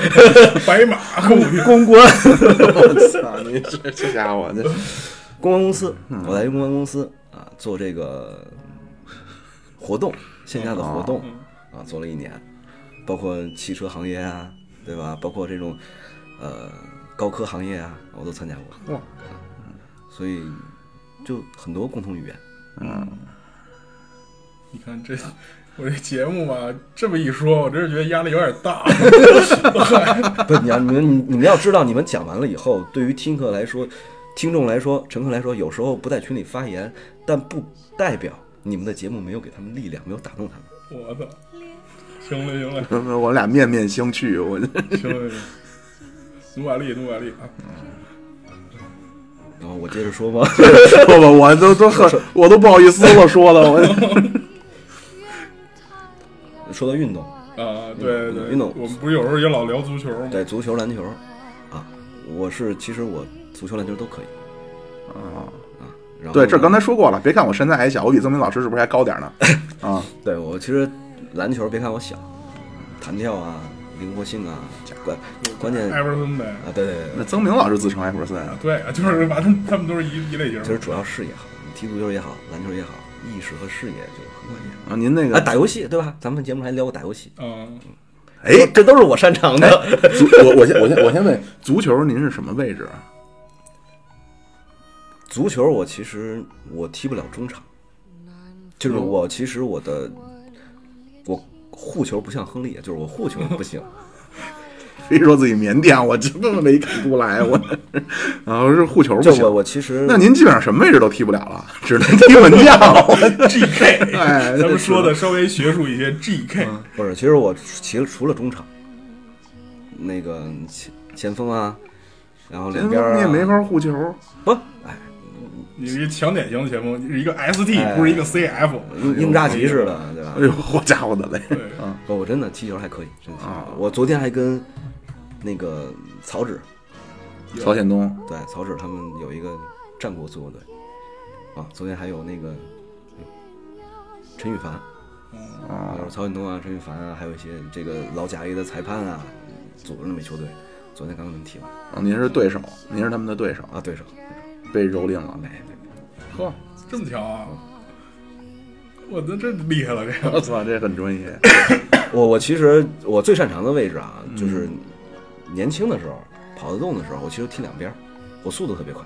白马公园
公 [laughs] 关。
我操，你这这家伙这
公关公司，我在一个公关公司啊做这个活动，线下的活动啊做了一年，包括汽车行业啊，对吧？包括这种呃高科行业啊，我都参加过。
哇
啊，所以就很多共同语言。
你看这我这节目吧，这么一说，我真是觉得压力有点大。 [laughs]
不是你要你们你你们要知道，你们讲完了以后，对于听课来说，听众来说，乘客来说，有时候不在群里发言，但不代表你们的节目没有给他们力量，没有打动他们。
我操！行了行了
他妈我俩面面相觑，我这
行了，行了努把力努把力啊！
然后我接着说吧。 [laughs]
说吧， [laughs] 我都都很，我都不好意思了，说的我。
说到运动，
啊，对对，
运动
我们不是有时候也老聊足球吗？
对足球、篮球，啊，我是其实我足球、篮球都可以。啊
[laughs] 哦
然后
对，这刚
才
才说过了，别看我身材矮小，我比曾明老师是不是还高点
[laughs]
儿呢？啊，
对我其实篮球，别看我小，弹跳啊，灵活性啊，关关键
艾
啊，
弗森呗。
对对对
哎那，曾明老师自称艾弗森，
对啊，就是反正他们都是一一类型
其。实主要视野好，你踢足球也好，篮球也好，意识和视野就很关键。
啊，您那
啊，
个
打游戏对吧？咱们节目还聊过打游戏，
嗯，
哎，
这都是我擅长的。
足 [laughs] 我我先我先我先问，足球您是什么位置啊？
足球我其实我踢不了中场，就是我其实我的我护球不像亨利，啊就是我护球
[laughs]
不行。
非说自己腼腆，我真他妈没看出来，我啊，我是护球不
就我
行。
我其实
那您基本上什么位置都踢不了了，只能踢门
[laughs]
将。我
GK， [laughs]
哎
咱们说的稍微学术一些，GK
嗯
不是，其实我除了除了中场，那个前前锋啊，然后两边儿、啊、
你也没法护球，
不哎
你是一强典型的前锋，你是一个 ST，
哎
不是一个 CF，
英英扎吉似的，对吧
哎？呦，好家伙的嘞！
对，
不，我真的踢球还可以，真的踢球
啊
我昨天还跟那个曹指，
曹宪东，
对曹指他们有一个战国足球队，啊，昨天还有那个嗯陈羽凡，啊，有曹俊东啊、陈羽凡啊，还有一些这个老甲 A 的裁判啊，组织那么一球队，昨天刚跟他们踢完
啊您是对手，您是他们的对手，
啊，对手啊
被蹂躏了
没。没没
呵，
这么巧啊！我这这厉害了，这个
[laughs] 我操，这很专业。
我我其实我最擅长的位置啊，就是年轻的时候跑得动的时候，我其实踢两边儿，我速度特别快。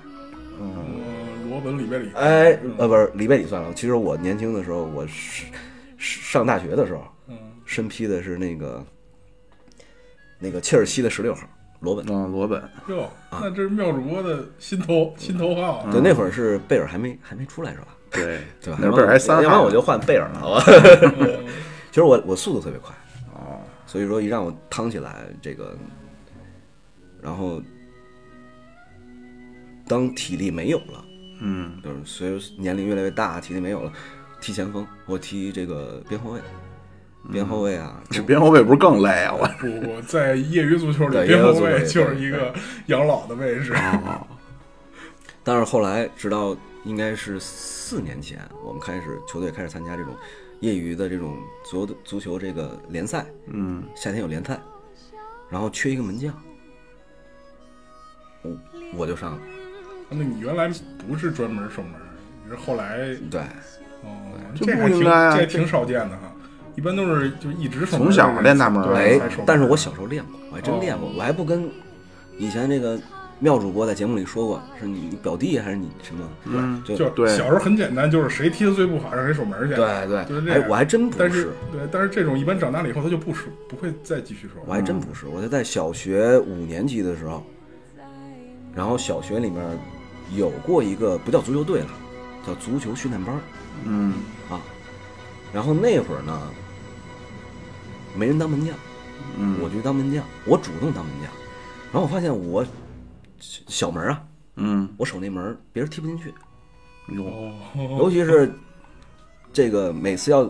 嗯罗本里贝里，
哎，呃，不是里贝里算了，其实我年轻的时候，我是是上大学的时候，
嗯，
身披的是那个那个切尔西的十六号罗本。
嗯，罗本，
哟，那这是妙主播的心
嗯
头心头号啊，
对，那会儿是贝尔还没还没出来是吧？
对
对吧？
那贝尔还三号，
要不然我就换贝尔了。好吧 [laughs] 其实我我速度特别快，
哦，
所以说一让我趟起来这个，然后当体力没有了，
嗯
就是随着年龄越来越大，体力没有了，踢前锋，我踢这个边后卫，边
嗯
后卫啊，
这边后卫不是更累啊？我
不不，在业余足球里，
对
边后
业余
卫
足球
就
里
是一个养老的位置。
哦，
但是后来直到应该是四年前，我们开始球队开始参加这种业余的这种足球足球这个联赛，
嗯，
夏天有联赛，然后缺一个门将，我我就上了，
那你原来不是专门守门儿，你是后来
对。
哦，
这
还
不
挺
应该啊
这还
这
挺少见的哈，一般都是就一直守门儿
从小练大门儿
对
哎
才守门儿，
但是我小时候练过，我还真练过，我还不跟以前这个妙主播在节目里说过，是你你表弟还是你什么？
嗯
就
就
对
小时候很简单，就是谁踢的最不好，让谁守门儿去。
嗯
对对
就是，这
哎
样，。
我还真不
但
是，
对，但是这种一般长大了以后，他就不守，不会再继续守了。
我还
嗯
真不是，我就在小学五年级的时候，然后小学里面有过一个不叫足球队了，叫足球训练班儿
嗯
啊。然后那会儿呢，没人当门将，
嗯，
我去当门将，我主动当门将，然后我发现我小小门啊，
嗯，
我守那门儿别人踢不进去，
有
哦，
尤其是这个每次要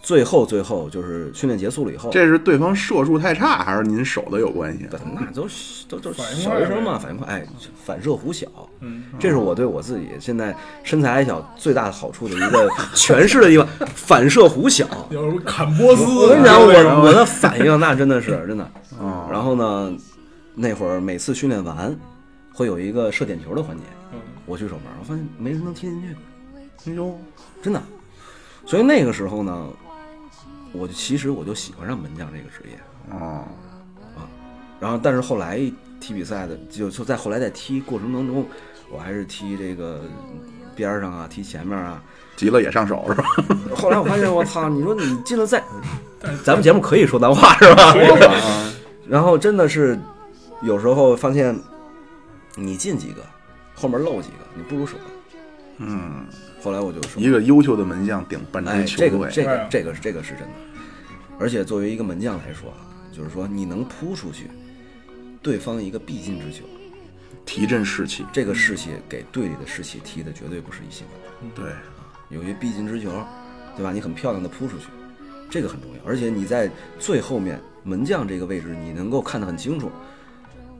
最后最后就是训练结束了以后，
这是对方射术太差，还是您手的有关系？啊
那都是都都
反
是
应
小
快
学生嘛，
呗
反应快，哎，反射弧小。
嗯，
这是我对我自己现在身材矮小最大的好处的一个诠释的地方，反射弧
[laughs]
小。
有坎波斯，
我跟你讲，
对吧
我我的反应那真的是真
[laughs]
的。
哦
然后呢，那会儿每次训练完，会有一个射点球的环节，
嗯
我去守门，我发现没人能踢进去。哎
哟，
真的。所以那个时候呢，我就其实我就喜欢上门将这个职业，
哦，
然后但是后来踢比赛的，就就在后来在踢过程当中，我还是踢这个边儿上啊，踢前面啊。
急了也上手是吧？ [laughs]
后来我发现，我操，你说你进了赛，咱们节目可以说脏话是吧？
啊
然后真的是有时候发现，你进几个，后面漏几个，你不如守门。
嗯，
后来我就说，
一个优秀的门将顶半
哎，
支球
这个
队，
这
对
个
啊
这个这个是真的，而且作为一个门将来说啊，就是说你能扑出去，对方一个必进之球，
提振士气。
这个士气给队里的士气踢的绝对不是一星半
对，
点。有一必进之球，对吧？你很漂亮的扑出去，这个很重要。而且你在最后面门将这个位置，你能够看得很清楚，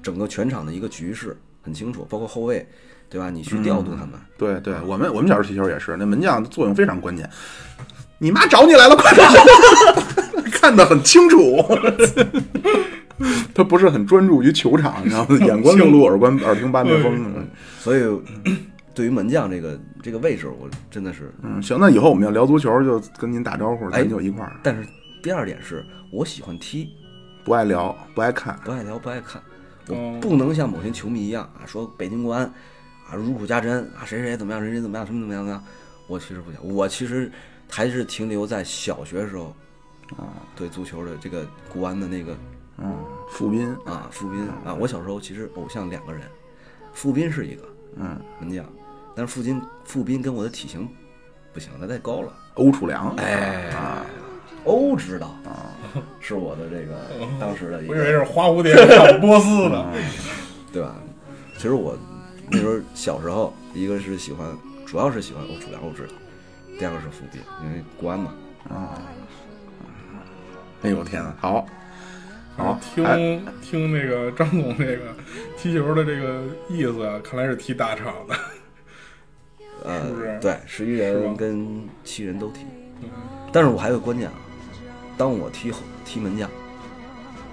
整个全场的一个局势很清楚，包括后卫，对吧？你去调度他们。
对对，我们我们小时候踢球也是，那门将作用非常关键。你妈找你来了，快点！ [laughs] 看得很清楚， [laughs] 他不是很专注于球场，你知道
[laughs]
吗？眼观六路，耳观耳听八面
哎
风。嗯
所以， [clears throat] 对于门将这个这个位置，我真的是
嗯，行，那以后我们要聊足球，就跟您打招呼，
哎
咱就一块儿。
但是第二点是我喜欢踢，
不爱聊，不爱看，
不爱聊，不爱看，
哦
我不能像某些球迷一样啊，说北京国安啊如数家珍啊，谁谁怎么样，谁谁怎么样，什么怎么样怎么样。我其实不想，我其实还是停留在小学时候，啊，对足球的这个国安的那个
嗯，傅斌，
啊，傅斌啊，我小时候其实偶像两个人，傅斌是一个
嗯，
门将，但是傅斌傅斌跟我的体型不行，他太高了。
欧楚良，
哎，
哦
欧指导是我的这个
[laughs]
当时的一
啊我以为
个，
是花蝴蝶坎波斯呢。
嗯对吧？其实我那时候小时候，一个是喜欢，主要是喜欢欧楚良、欧指导，第二个是伏斌，因为国安嘛。
哎呦天哪，好，好，哎
听听那个张总这个踢球的这个意思啊，看来是踢大场的。
呃，
是不是
对，十一
是吧
人跟七人都踢。但是我还有个关键啊，当我踢后踢门将，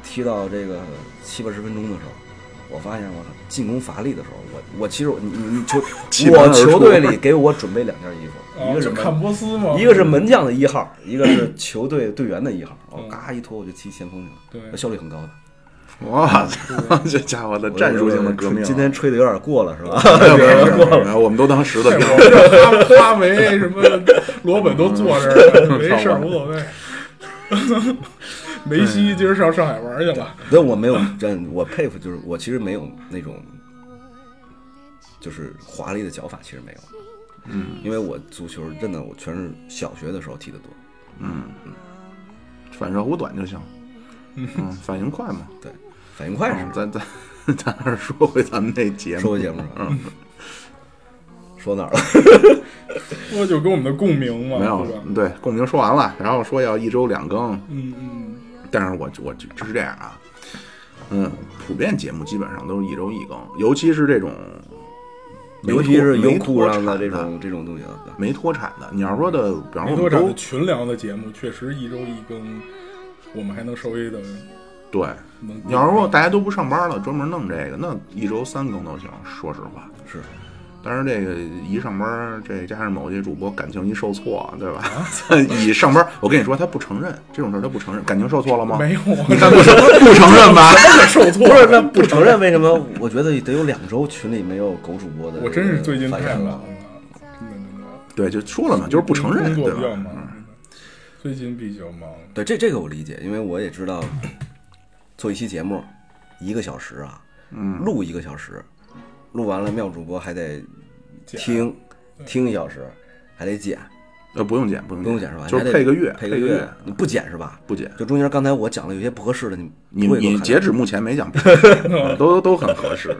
踢到这个七八十分钟的时候，我发现我靠进攻乏力的时候，我我其实我你你你球
气门而
我
出
球队里给我准备两件衣服，一
啊，
个是
就坎
门
波斯嘛，
一个是门将的一号，一个是球队队员的一号，我
嗯
嘎一拖我就踢前锋去
对
了，效率很高的。
哇，这家伙的战术性的革命啊，
今天吹的有点过了是 [laughs] 吧？
没有没有没有没有没有，我们都当实的
对
听。
我这哈哈维
[laughs]
什么罗本都坐这儿了，没事儿无所谓。 [laughs] 梅
嗯
西今儿上上海玩去了，
但我没有真，我佩服就是我其实没有那种，就是华丽的脚法，其实没有。嗯，因为我足球真的我全是小学的时候踢的多，
嗯反射弧短就行，嗯，反应快嘛。
对，反应快是
嗯
吧？
咱咱咱还是说回咱们那节
说
目
回，节目是吧？嗯说哪儿了？
那就跟我们的共鸣嘛，
没有
对吧？
对共鸣说完了，然后说要一周两更，
嗯嗯，
但是我我这是这样啊，嗯，普遍节目基本上都是一周一更，尤其是这种，
尤其是优
没
酷
脱
上的
产
这种这种东西啊，对
没脱产的。你要说的，比方
没
说我
多
们
长的
都
群聊的节目，确实一周一更，我们还能稍微的
对，
能。
你要是说大家都不上班了，专门弄这个，那一周三更都行。说实话，
是
但是这个一上班儿，这加上某些主播感情一受挫，对吧？
啊
[laughs] 一上班儿，我跟你说，他不承认这种事儿，他不承认。感情受挫了吗？ [laughs]
没有啊，
你看不承不承认吧？
受挫
不是那不承认为 [laughs] 什么？我觉得得有两周群里没有狗主播的，
[laughs] 我真是最近
反
太
应
忙
了
了。，真的真的。
对，就说了嘛，就是不承认，
工
对
作比较
吧？嗯
忙，真的最近比较忙。
对，这这个我理解，因为我也知道，做一期节目一个小时啊，嗯，录一个小时，录完了妙主播还得
剪
听听一小时，还得剪，
呃，不用剪，不用
不用剪是吧？
就是
还得
配个乐，
配
个
乐，你不剪是吧？
不剪。
就中间刚才我讲的有些不合适的，你
你
不会给我
你
看
截止目前没讲，
[laughs]
都都很合适。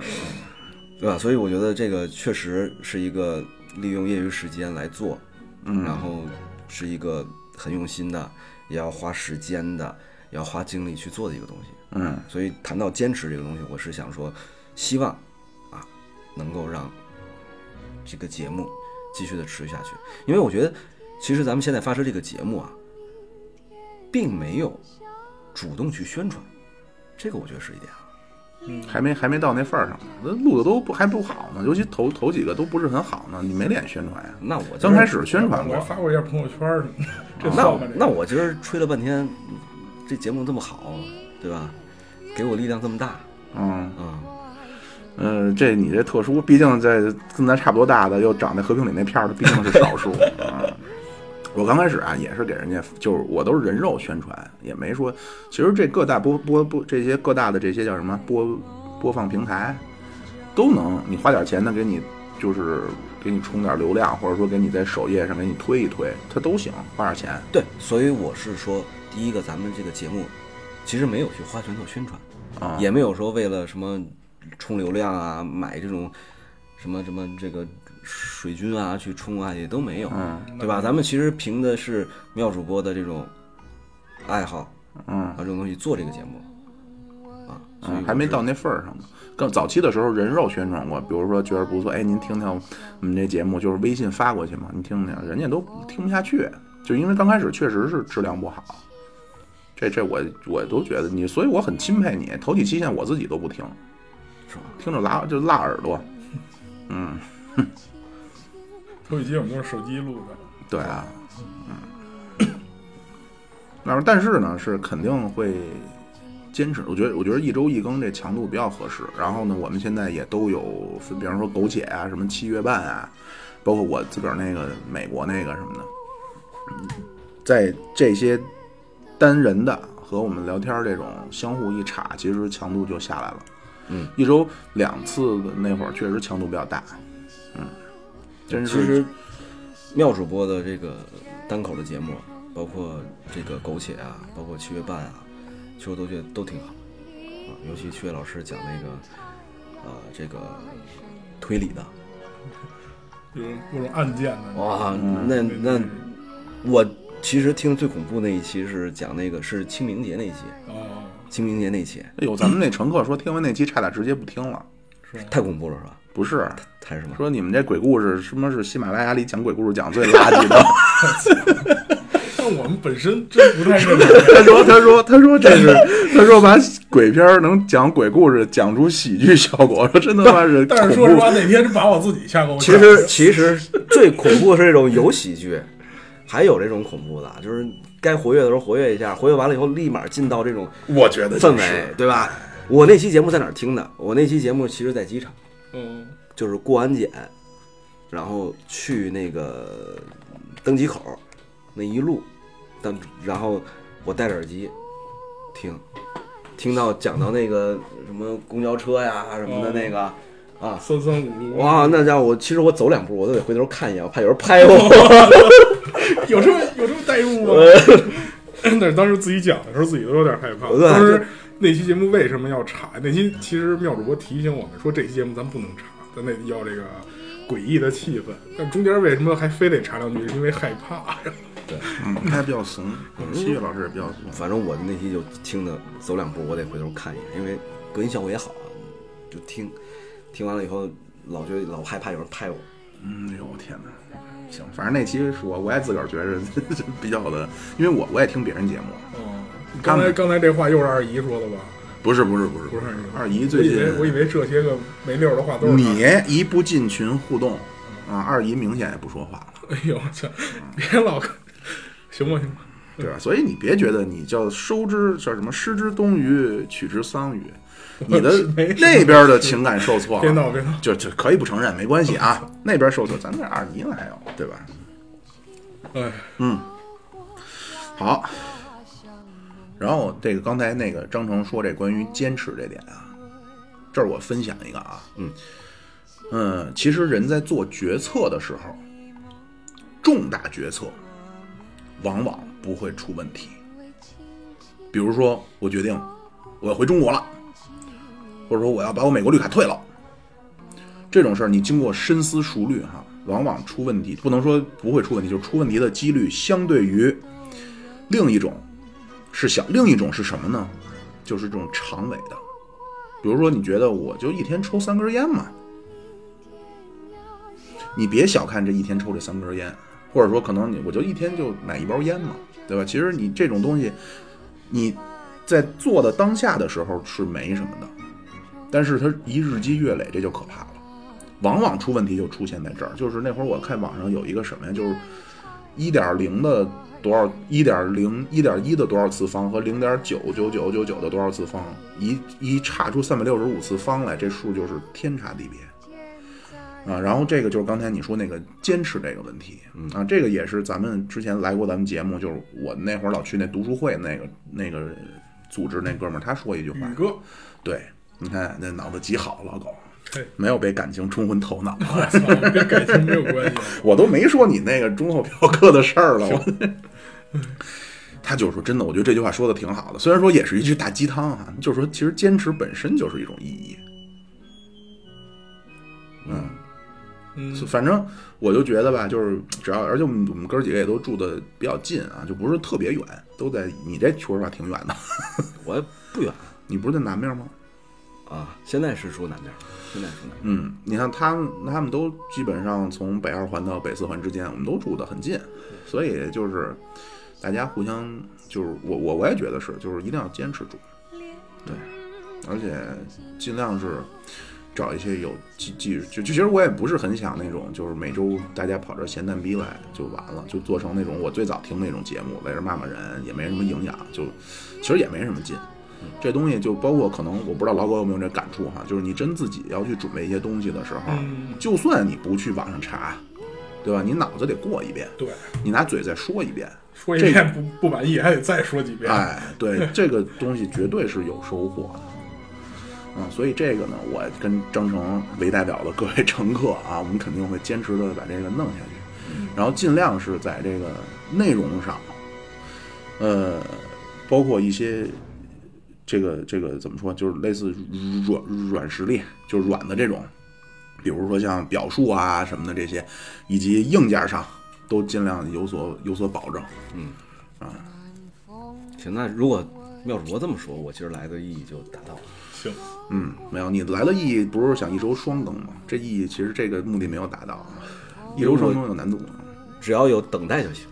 对吧？所以我觉得这个确实是一个利用业余时间来做，嗯，然后是一个很用心的，也要花时间的，也要花精力去做的一个东西。
嗯，
所以谈到坚持这个东西，我是想说，希望啊能够让这个节目继续的持续下去，因为我觉得其实咱们现在发射这个节目啊，并没有主动去宣传，这个我觉得是一点啊。
还没还没到那份儿上呢，那录的都不还不好呢，尤其头头几个都不是很好呢，你没脸宣传呀。
那我今
刚
儿
开，始宣传
嗯我
过
还，发过一下朋友圈什么的， [laughs] 这
那
算
我
吧
那我今儿吹了半天，这节目这么好，对吧？给我力量这么大啊、
嗯
嗯
呃，这你这特殊，毕竟在跟咱差不多大的，又长在和平里那片儿的，毕竟是少数啊。我刚开始啊，也是给人家，就是我都是人肉宣传，也没说。其实这各大播播播这些各大的这些叫什么播播放平台，都能你花点钱呢，给你就是给你充点流量，或者说给你在首页上给你推一推，它都行，花点钱。
对，所以我是说，第一个，咱们这个节目其实没有去花钱做宣传，
啊
也没有说为了什么冲流量啊，买这种什么什么这个水军啊去冲啊，也都没有，
嗯
对吧？咱们其实凭的是妙主播的这种爱好
嗯
啊，，这种东西做这个节目啊，所以
嗯，
我
还没
是
到那份儿上呢。更早期的时候，人肉宣传过，比如说觉得不错，哎，您听听我们这节目，就是微信发过去嘛，您听听，人家都听不下去，就因为刚开始确实是质量不好。这这我我都觉得你，所以我很钦佩你。头几期现在我自己都不听，
是吧？
听着拉就辣耳朵。
头几集我们都是手机录的，
对啊，嗯，那么但是呢，是肯定会坚持。我觉得，我觉得一周一更这强度比较合适。然后呢，我们现在也都有分，比方说苟且啊，什么七月半啊，包括我自个儿那个美国那个什么的，嗯在这些单人的和我们聊天儿这种相互一插，其实强度就下来了。
嗯，
一周两次的那会儿确实强度比较大。嗯，真是
其实妙主播的这个单口的节目，包括这个苟且啊，包括七月半啊，其实我都觉得都挺好啊。尤其七月老师讲那个呃这个推理的，
就是各种案件
哦
的。
哇，那那我其实听最恐怖那一期是讲那个是清明节那一期，
哦，
清明节那一期
哎呦，咱们那乘客说听完那期差点直接不听了，
太恐怖了是吧？
不是，
还是什么？
说你们这鬼故事，什么是喜马拉雅里讲鬼故事讲最垃圾的？ [laughs]
但我们本身真不太认
[laughs]
同
他说：“他说，他说这是，他说把鬼片儿能讲鬼故事讲出喜剧效果，说真他妈是恐
但是
怖
说实话，那天是把我自己吓够呛。
其实其实最恐怖是这种有喜剧， [laughs] 还有这种恐怖的，啊就是该活跃的时候活跃一下，活跃完了以后立马进到这种
我觉得就
氛围
是，
对吧？我那期节目在哪儿听的？我那期节目其实在机场，
嗯，
就是过安检，然后去那个登机口那一路，但然后我戴着耳机听，听到讲到那个什么公交车呀什么的那个啊，
三三五五，
哇，那家伙，我其实我走两步我都得回头看一眼，我怕有人拍 [laughs] 我。
[laughs] 有这么有这么代入 [laughs] 吗？但是当时自己讲的时候，自己都有点害怕。
对
当时那期节目为什么要查？那期其实妙主播提醒我们说，这期节目咱不能查，咱得要这个诡异的气氛。但中间为什么还非得查两句？是因为害怕。
嗯，他比较怂，西月老师也比较怂。
反正我那期就听的，走两步我得回头看一眼，因为隔音效果也好啊，就听，听完了以后老觉得老害怕有人拍我。
嗯，哎呦我天哪！行，反正那期是我我也自个儿觉着 [laughs] 比较的，因为我我也听别人节目，
嗯， [laughs] 刚才刚才这话又是二姨说的吧？
不是不是不是
不是
二姨
我
最
以为
近
我以为这些个没溜儿的话都是她
你一不进群互动啊，二姨明显也不说话了，
哎呦我操！别老行吧行吧，
对吧？所以你别觉得你叫收之叫什么失之东隅，取之桑榆，你的
[laughs] 没什么
那边的情感受挫
别闹
了，
别闹。
就就可以不承认没关系啊，那边受挫，咱这二姨哪有对吧？
哎，
好，然后这个刚才那个张成说这关于坚持这点啊，这儿我分享一个啊，
嗯
嗯，其实人在做决策的时候，重大决策往往不会出问题。比如说，我决定我要回中国了，或者说我要把我美国绿卡退了，这种事儿你经过深思熟虑哈、往往出问题，不能说不会出问题，就是出问题的几率相对于另一种是小，另一种是什么呢？就是这种长尾的，比如说你觉得我就一天抽三根烟嘛，你别小看这一天抽这三根烟，或者说可能你我就一天就买一包烟嘛，对吧？其实你这种东西，你在做的当下的时候是没什么的，但是它一日积月累，这就可怕了。往往出问题就出现在这儿，就是那会儿我看网上有一个什么呀，就是一点零的多少，一点零一点一的多少次方和零点九九九九九的多少次方，一一差出三百六十五次方来，这数就是天差地别。啊，然后这个就是刚才你说那个坚持这个问题，啊，这个也是咱们之前来过咱们节目，就是我那会儿老去那读书会那个那个组织那哥们儿，他说一句话，
宇 [laughs] 哥，
对，你看那脑子极好，老狗
对
没有被感情冲昏头脑，
我哎操，跟感情没有关系。
我都没说你那个忠厚嫖客的事儿了。我他就是说，真的，我觉得这句话说的挺好的，虽然说也是一句大鸡汤啊，就是说，其实坚持本身就是一种意义。嗯，
嗯，
所以反正我就觉得吧，就是只要，而且我们我们哥几个也都住的比较近啊，就不是特别远，都在你这说实话挺远的， [laughs]
我也不远
你不是在南面吗？
啊，现在是住南边，现在住南边。
嗯，你看他们，他们都基本上从北二环到北四环之间，我们都住得很近，所以就是大家互相就是我我我也觉得是，就是一定要坚持住，对，而且尽量是找一些有技技就就其实我也不是很想那种就是每周大家跑这儿闲蛋逼来就完了，就做成那种我最早听那种节目，在这骂骂人也没什么营养，就其实也没什么劲。这东西就包括可能我不知道老狗有没有这感触哈，就是你真自己要去准备一些东西的时候，
嗯
就算你不去网上查，对吧？你脑子得过一遍，
对，
你拿嘴再说一遍，
说一遍不不满意，还得再说几遍。
哎，对，这个东西绝对是有收获的。啊、所以这个呢，我跟张成为代表的各位乘客啊，我们肯定会坚持的把这个弄下去，然后尽量是在这个内容上，呃，包括一些这个这个怎么说，就是类似软软实力，就是软的这种，比如说像表述啊什么的这些，以及硬件上都尽量有所有所保证。
行，那如果妙主播这么说，我其实来的意义就达到了。
行，
嗯，没有，你来了意义不是想一周双更吗？这意义其实这个目的没有达到，啊一周双更有难度，啊
只要有等待就行，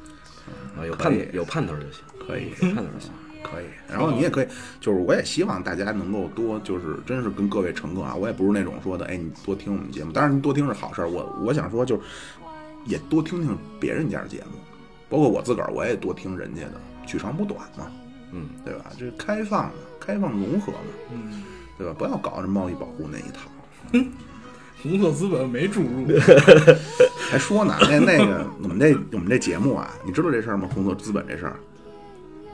啊，有
可以
盼有盼头就行，
可以。
有盼头就行。
可以，然后你也可以，就是我也希望大家能够多，就是真是跟各位乘客啊，我也不是那种说的，哎，你多听我们节目，当然多听是好事儿。我我想说就是，也多听听别人家的节目，包括我自个儿，我也多听人家的，取长补短嘛，
嗯，
对吧？这开放嘛，开放融合嘛，
嗯，
对吧？不要搞这贸易保护那一套。
红色资本没注入，
还说呢，那那个我们这我们这节目啊，你知道这事儿吗？红色资本这事儿，
[laughs]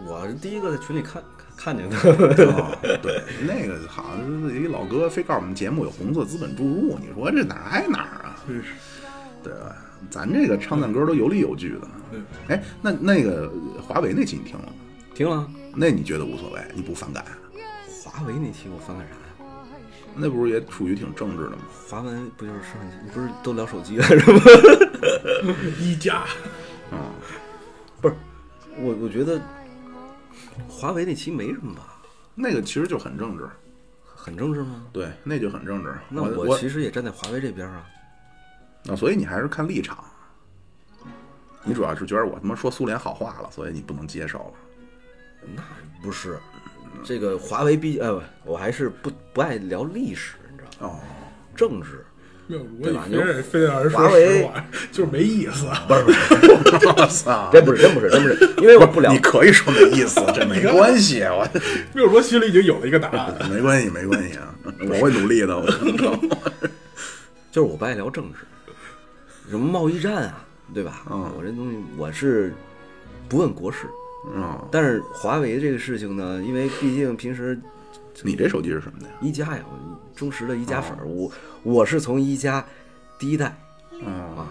我是第一个在群里看看看见的， [laughs]
哦，对，那个好像是一老哥非告诉我们节目有红色资本注入，你说这哪儿挨哪儿啊？
真是，
对吧？咱这个唱赞歌都有理有据的。
对，
哎，那那个呃华为那期你听了吗？
听了。
那你觉得无所谓，你不反感？
华为那期我翻看啥呀？
那不是也属于挺政治的吗？
华为不就是摄像机？你不是都聊手机了 [laughs] 是吗？
一加，
啊、
不是，我我觉得华为那期没什么吧，
那个其实就很政治，
很正式吗？
对，那就很政治。
那
我
我其实也站在华为这边啊。
啊，所以你还是看立场。你主要是觉得我他妈说苏联好话了，所以你不能接受了。
那不是，这个华为毕呃，我还是不不爱聊历史，你知道
[laughs] 哦，
吗？政治
妙主播
对吧
你非得非得让人
华
说
为
实话，就是没意思。
不是，
我操！
真啊不是，真不是，真不是， [laughs] 因为我不聊
你可以说没意 [laughs] 思，这没关系，我
妙主播心里已经有了一个答案，
没关系，没关系啊，我会努力的。我
就是我不爱聊政治，什么贸易战啊，对吧？
嗯
我这东西我是不问国事，
嗯，
但是华为这个事情呢，因为毕竟平时
你这手机是什么的呀？
一加呀，我忠实的一加
哦
粉儿，我我是从一加第一代
嗯
啊，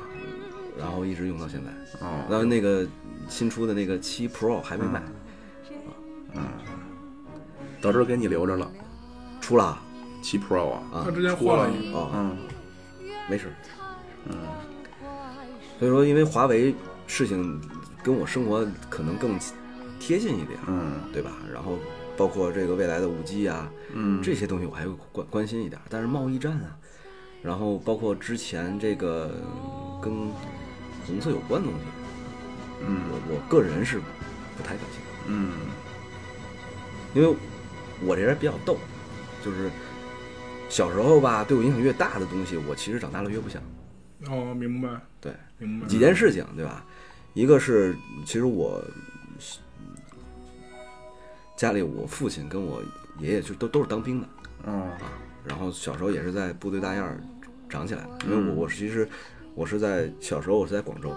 然后一直用到现在，
哦
然后那个新出的那个七 Pro 还没买，
到时候给你留着了，嗯
出了啊
七 Pro 啊，
啊
他之前换了一个，
啊，
嗯
没事，嗯，所以说因为华为事情跟我生活可能更贴近一点，
嗯
对吧？然后包括这个未来的五 G 啊，
嗯，
这些东西我还会关关心一点儿，但是贸易战啊，然后包括之前这个嗯跟红色有关的东西，
嗯
我我个人是不太感兴趣，
嗯
因为我这人比较逗，就是小时候吧，对我影响越大的东西，我其实长大了越不想。
哦，明白，
对，
明白，
几件事情，对吧？一个是，其实我嗯家里我父亲跟我爷爷就都都是当兵的，
哦
然后小时候也是在部队大院儿长起来的，因为
嗯
我我其实我是在小时候我是在广州，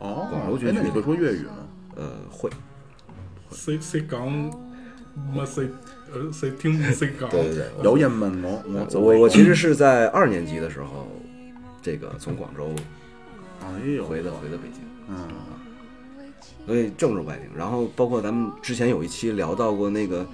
哦，
广州
哎
军
那
区
你会说粤语吗？
呃，会，
谁谁讲，没谁呃谁听谁讲，
对对对，
有人问我，我
我
走
我我
一
其
个
实是在二年级的时候，这个从广州
哎呦，
回的回的北京，
嗯
所以政治不爱听。然后包括咱们之前有一期聊到过那个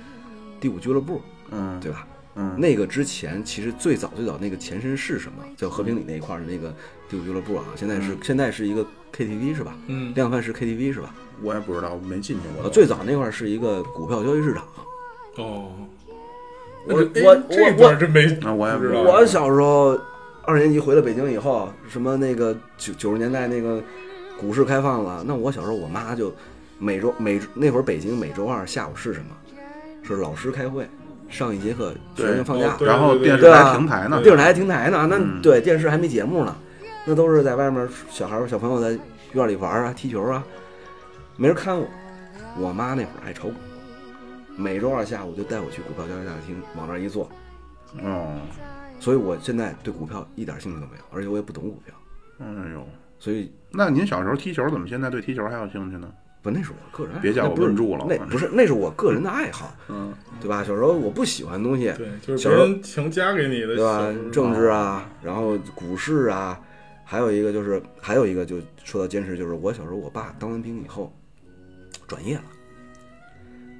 第五俱乐部，
嗯
对吧？
嗯
那个之前其实最早最早那个前身是什么？叫和平里那一块儿的那个第五俱乐部啊，现在是现在是一个 KTV 是吧？
嗯，
量贩式 KTV 是吧？
我也不知道，我没进去过
呃，。最早那块儿是一个股票交易市场。
哦，
我
那就
我
哎这
我嗯
段儿真没，
那啊我也
不知道，
我小时候二年级回了北京以后，什么那个九九十年代那个股市开放了，那我小时候我妈就每周每那会儿北京每周二下午是什么？是老师开会，上一节课学生放假
哦，对
然后电视
对
台
吧？
停台呢，
电视台停台呢，那
嗯
对电视还没节目呢，那都是在外面小孩儿小朋友在院里玩儿啊、踢球啊，没人看我。我妈那会儿爱炒股，每周二下午就带我去股票交易大厅，往那儿一坐，
哦，
所以我现在对股票一点兴趣都没有，而且我也不懂股票，
哎呦，
所以
那您小时候踢球，怎么现在对踢球还有兴趣呢？
不那是我个人爱好，
别叫我
那不是
问住了
那不是那是我个人的爱好，
嗯
对吧？小时候我不喜欢的东西，
对，就是
小
别
时候
人强加给你的，
对吧
小时候？
政治啊，然后股市啊，还有一个就是还有一个就说到坚持，就是我小时候我爸当完兵以后转业了，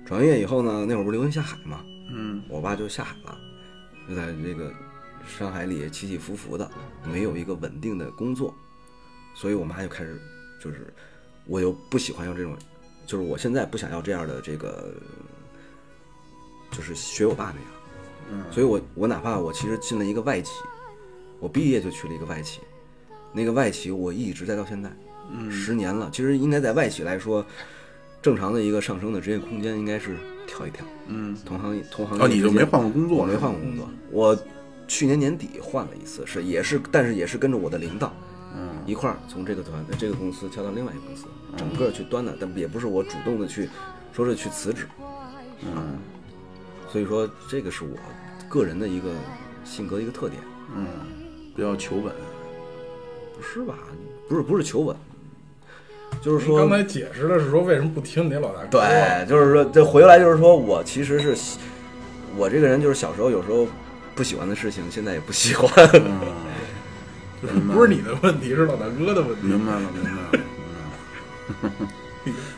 转业以后呢，那会儿不是流行下海嘛，
嗯
我爸就下海了，就在这个山海里起起伏伏的，没有一个稳定的工作，所以我妈就开始就是，我又不喜欢要这种，就是我现在不想要这样的这个呃就是学我爸那样。
嗯
所以我我哪怕我其实进了一个外企，我毕业就去了一个外企，那个外企我一直在到现在，
嗯
十年了。其实应该在外企来说，正常的一个上升的职业空间应该是跳一跳。嗯，同行同行
哦你就
之
没
间
换过工作
我没换过工作。我去年年底换了一次，是也是，但是也是跟着我的领导。一块儿从这个团、这个公司跳到另外一个公司，整个去端的，但也不是我主动的去说是去辞职，所以说这个是我个人的一个性格的一个特点，
比较求稳。
不是吧？不是不是求稳，就是
您
说
刚才解释的是说为什么不听你那老大哥？
对，就是说这回来就是说我其实是喜我这个人就是小时候有时候不喜欢的事情，现在也不喜欢。
就是不是你的问题，是老大哥的问题。
明白了，明白了，明白了。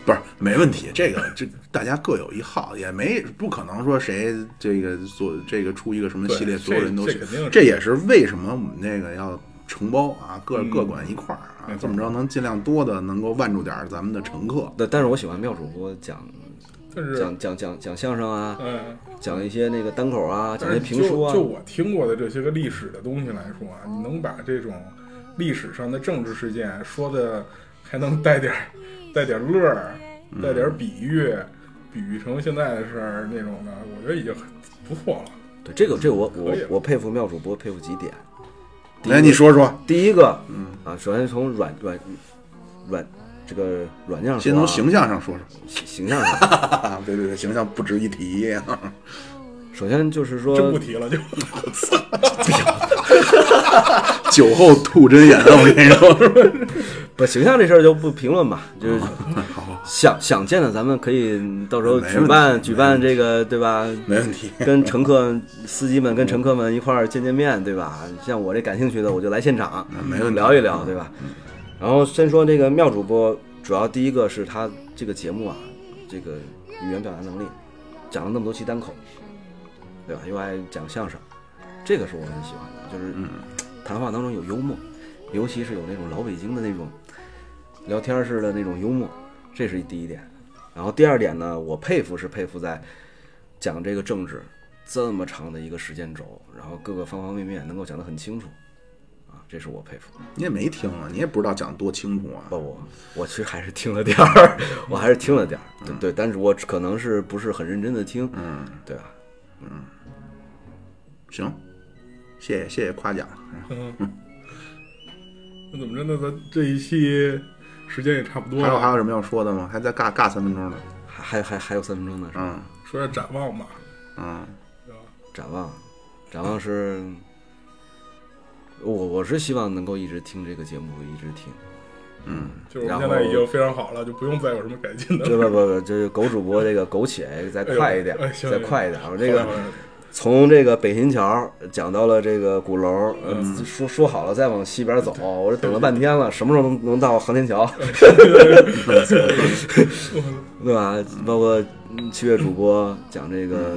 不是没问题，这个这大家各有一好，也没不可能说谁这个做这个出一个什么系列，
对
所有人都
这
去
这肯定是
这也是为什么我们这个要承包啊，各各管一块儿啊
没，错
这么着能尽量多的能够万住点儿咱们的乘客。
但但是我喜欢妙主播讲
但是，
讲讲讲讲相声啊，
哎，
讲一些那个单口啊，讲
但
一些
是
评书啊
就就。我听过的这些个历史的东西来说啊，你能把这种历史上的政治事件说的还能带点儿带点儿乐儿，带点儿比喻，比喻成现在的事儿那种的，我觉得已经很不错了。
对这个这个我我
可以了啊
我佩服妙主播佩服几点，第一
来，
个
哎你嗯说说，
第一个，嗯啊，首先从软软软这个软件上
先
说啊
从形象上说说
形形象上，
啊， [laughs] 对对对，形象不值一提啊。
首先就是说
[laughs] 真不提了，就
酒后吐真言，我跟你说，
不形象这事儿就不评论吧，就是 [laughs] 想想见的咱们可以到时候
哦没
举
问题
办举办这个对吧？
[laughs] 没问题。
跟乘客、司机们、跟乘客们一块儿见见面，对吧？像我这感兴趣的，我就来现场，
没问题
聊一聊，对吧？然后先说这个妙主播，主要第一个是他这个节目啊，这个语言表达能力，讲了那么多期单口，对吧？又爱讲相声，这个是我很喜欢的，就是
嗯
谈话当中有幽默，尤其是有那种老北京的那种聊天式的那种幽默，这是第一点。然后第二点呢，我佩服是佩服在讲这个政治这么长的一个时间轴，然后各个方方面面能够讲得很清楚，啊，这是我佩服。
你也没听啊，你也不知道讲得多清楚啊
不，。我我其实还是听了点儿， [laughs] 我还是听了点儿，
嗯
对对，但是我可能是不是很认真的听，嗯，对吧？
行，谢谢谢谢夸奖。
那怎么着呢？咱这一期时间也差不多
还有还
了，
有什么要说的吗？还在尬尬三分钟呢。
还还还还有三分钟呢，是吧？
嗯
说点展望吧。
嗯，
展望，展望是，我我是希望能够一直听这个节目，一直听。 [laughs]
就是我
然
们
后
现在已经非常好了，就不用再有什么改进的
对
了。
不不不，就是狗主播这个苟且再快一点，
哎呦哎行
再快一点。我这个
好嘞好嘞
从这个北新桥讲到了这个鼓楼，呃说说好了再往西边走，我这等了半天了，什么时候能能到航天桥？ [laughs] 对吧？包括嗯七月主播讲这个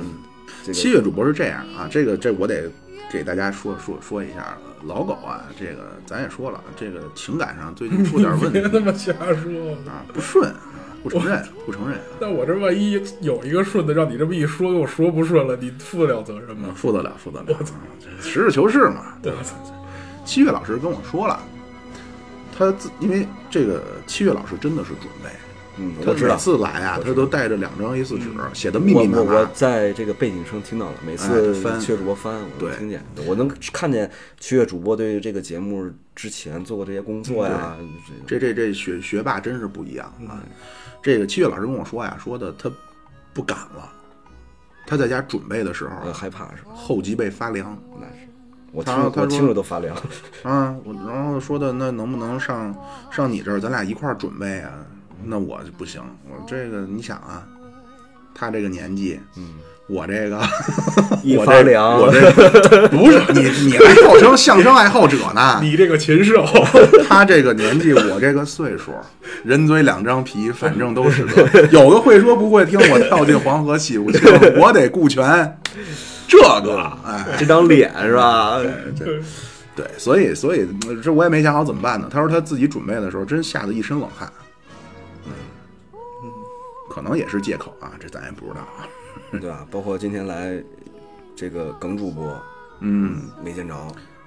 这
七
个
月主播是这样啊，这个这我得给大家说说说一下，老狗啊，这个咱也说了，这个情感上最近出点问
[laughs]
[laughs] 别他
题
妈瞎说！
啊，不顺，啊不承认，不承认啊。
但我这万一有一个顺的，让你这么一说，给我说不顺了，你负得了责任
嗯
吗？
负得了，负得
啊
了，实事求是嘛。
对，
七月老师跟我说了，他自因为这个七月老师真的是准备，
嗯，
他
我知道嗯
每。次来啊，他都带着两张 A 4纸，写的密
我
密麻
我我
麻。
在这个背景声听到了，每
哎
次
翻
七月主播翻，我
对
能听见，我能看见七月主播对这个节目之前做过这些工作呀，这个
这这这学学霸真是不一样
嗯
啊！这个七月老师跟我说呀，说的他不敢了，他在家准备的时候啊
呃，害怕是吧？
后脊背发凉
那是，我
他
听
他
着我
说
听着都
[laughs]
发凉。
啊。我然后说的那能不能上上你这儿，咱俩一块儿准备啊？那我就不行，我这个你想啊，他这个年纪，嗯，我这个
一
我
发
这
凉
我
[laughs]
这不是你你还号称相声爱好者呢？
你这个禽兽！啊
[laughs] 他这个年纪，我这个岁数，人嘴两张皮，反正都是个。有个会说不会听，我跳进黄河洗不清，我得顾全这个。哎，
这张脸是吧？
对，所以所以嗯这我也没想好怎么办呢。他说他自己准备的时候，真吓得一身冷汗。可可能也是借口啊，这咱也不知道啊。
对吧？包括今天来这个耿主播
嗯
没见着，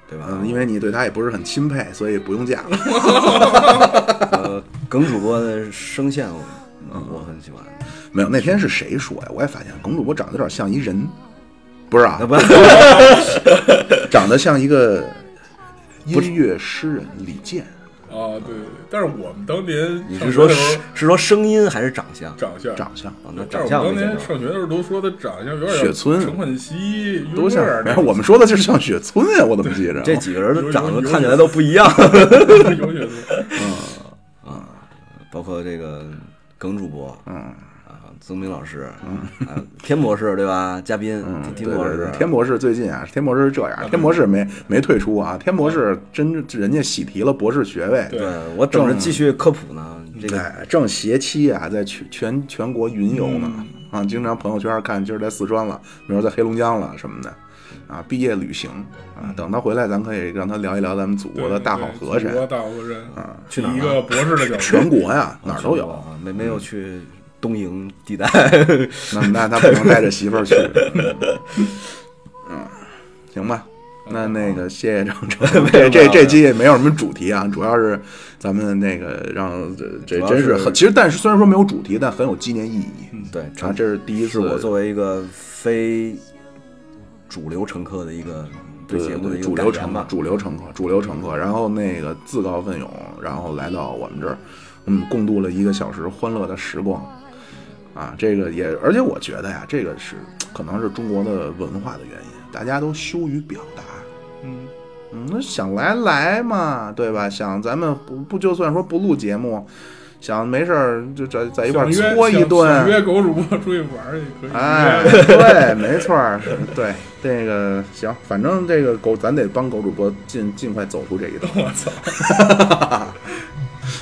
对吧？
嗯，因为你对他也不是很钦佩，所以不用嫁了。
呃，耿主播的声线我我很喜欢，
没有，那天是谁说呀？我也发现耿主播长得有点像一人，不是啊
啊，不，
[laughs] 长得像一个音乐诗人李健。
啊，对对对。但是我们当年
你是
上学
说
的时
是
候
是说声音还是长相？
长相，
长相
啊，那长
但是
相
我们当
没见
年
着。
上学的时候都说他长相有点
雪村
陈冠希、于
都像
乐儿，那
哎，
种
我们说的就是像雪村呀，我怎么记着？
这几个人
有
都
有
长得
有
看起来都不一样，
有雪村。
[laughs] 包括这个耿主播，嗯啊，曾明老师，嗯啊，天博士对吧？嘉宾，
对
天天博
对
士
对，，天博士最近啊，天博士是这样，天博士没没退出啊，天博士真人家喜提了博士学位，
对
对我等着继续科普呢。这个
哎，正斜期啊，在全全全国云游呢、啊，经常朋友圈看，今儿在四川了，明儿在黑龙江了什么的，啊，毕业旅行啊，等他回来，咱可以让他聊一聊咱们祖国的大好河
对祖国
山，
大好河山啊，
去哪儿啊
以一个博士的角
全
度，
国呀，哪儿都有。嗯
啊，没没有去东营
[laughs]
地带，
那那他不能带着媳妇儿去，嗯，行吧。那那个谢谢张成，这这这期也没有什么主题啊，主要是咱们那个让这这
主要
真是
是
很，其实但是虽然说没有主题，但很有纪念意义。
对，
啊，
乘
这是第一
是
次
我作为一个非主流乘客的一个对
对
节目的
对
一个
主
感
流
言
乘客
吧，，
主流乘客，主流乘客，然后那个自告奋勇，然后来到我们这儿，嗯，共度了一个小时欢乐的时光，啊，这个也，而且我觉得呀，这个是可能是中国的文化的原因，大家都羞于表达，
嗯，
嗯，那想来来嘛，对吧？想咱们不不就算说不录节目，想没事儿就在在一块儿
想约
搓一
想想
顿，
约狗主播出去玩儿也可
[laughs]
以。
哎，
约
对，没错儿，是对这个行，反正这个狗咱得帮狗主播尽尽快走出这一道，
[laughs] 我操，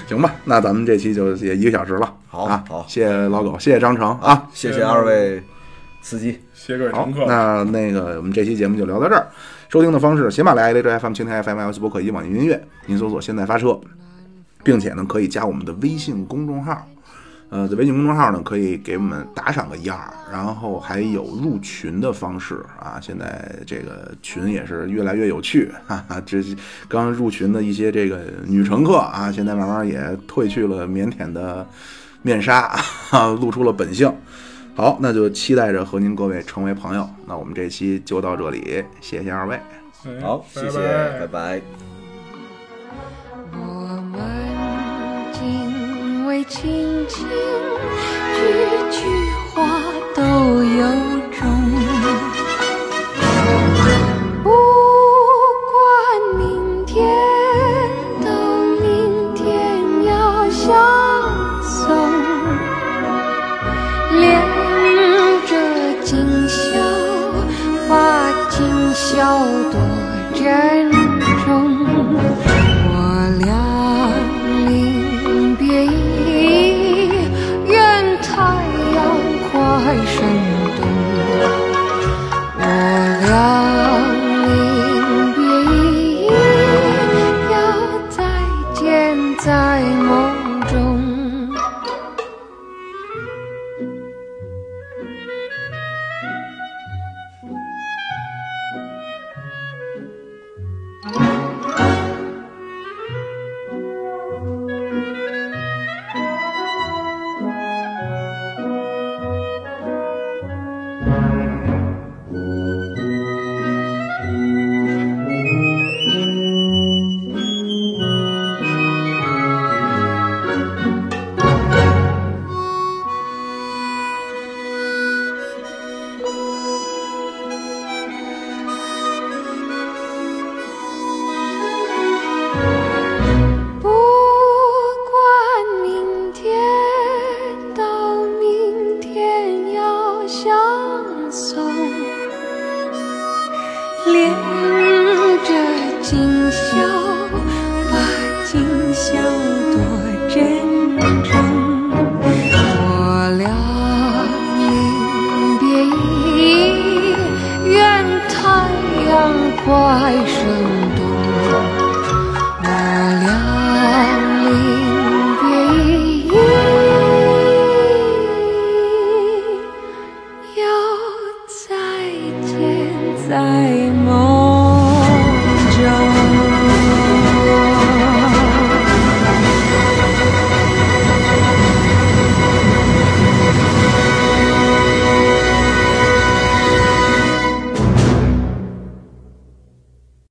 行吧？那咱们这期就也一个小时了，
好
啊，
好
谢谢老狗，谢谢张成啊，
谢谢二位司机，
谢各位
好
乘客，，
那那个我们这期节目就聊到这儿。收听的方式：喜马拉雅、荔枝 FM、蜻蜓 FM、iOS 播客以及网易云音乐。您搜索“现在发车”，并且呢可以加我们的微信公众号。呃，在微信公众号呢，可以给我们打赏个一二，然后还有入群的方式啊。现在这个群也是越来越有趣，哈哈。这刚入群的一些这个女乘客啊，现在慢慢也褪去了腼腆的面纱，啊，露出了本性。好，那就期待着和您各位成为朋友。那我们这期就到这里，谢谢二位。
哎
好，谢谢，拜拜。
我们敬畏青青，句句话都有种。不管明天，等明天要相送，连着今宵，把今宵多珍重。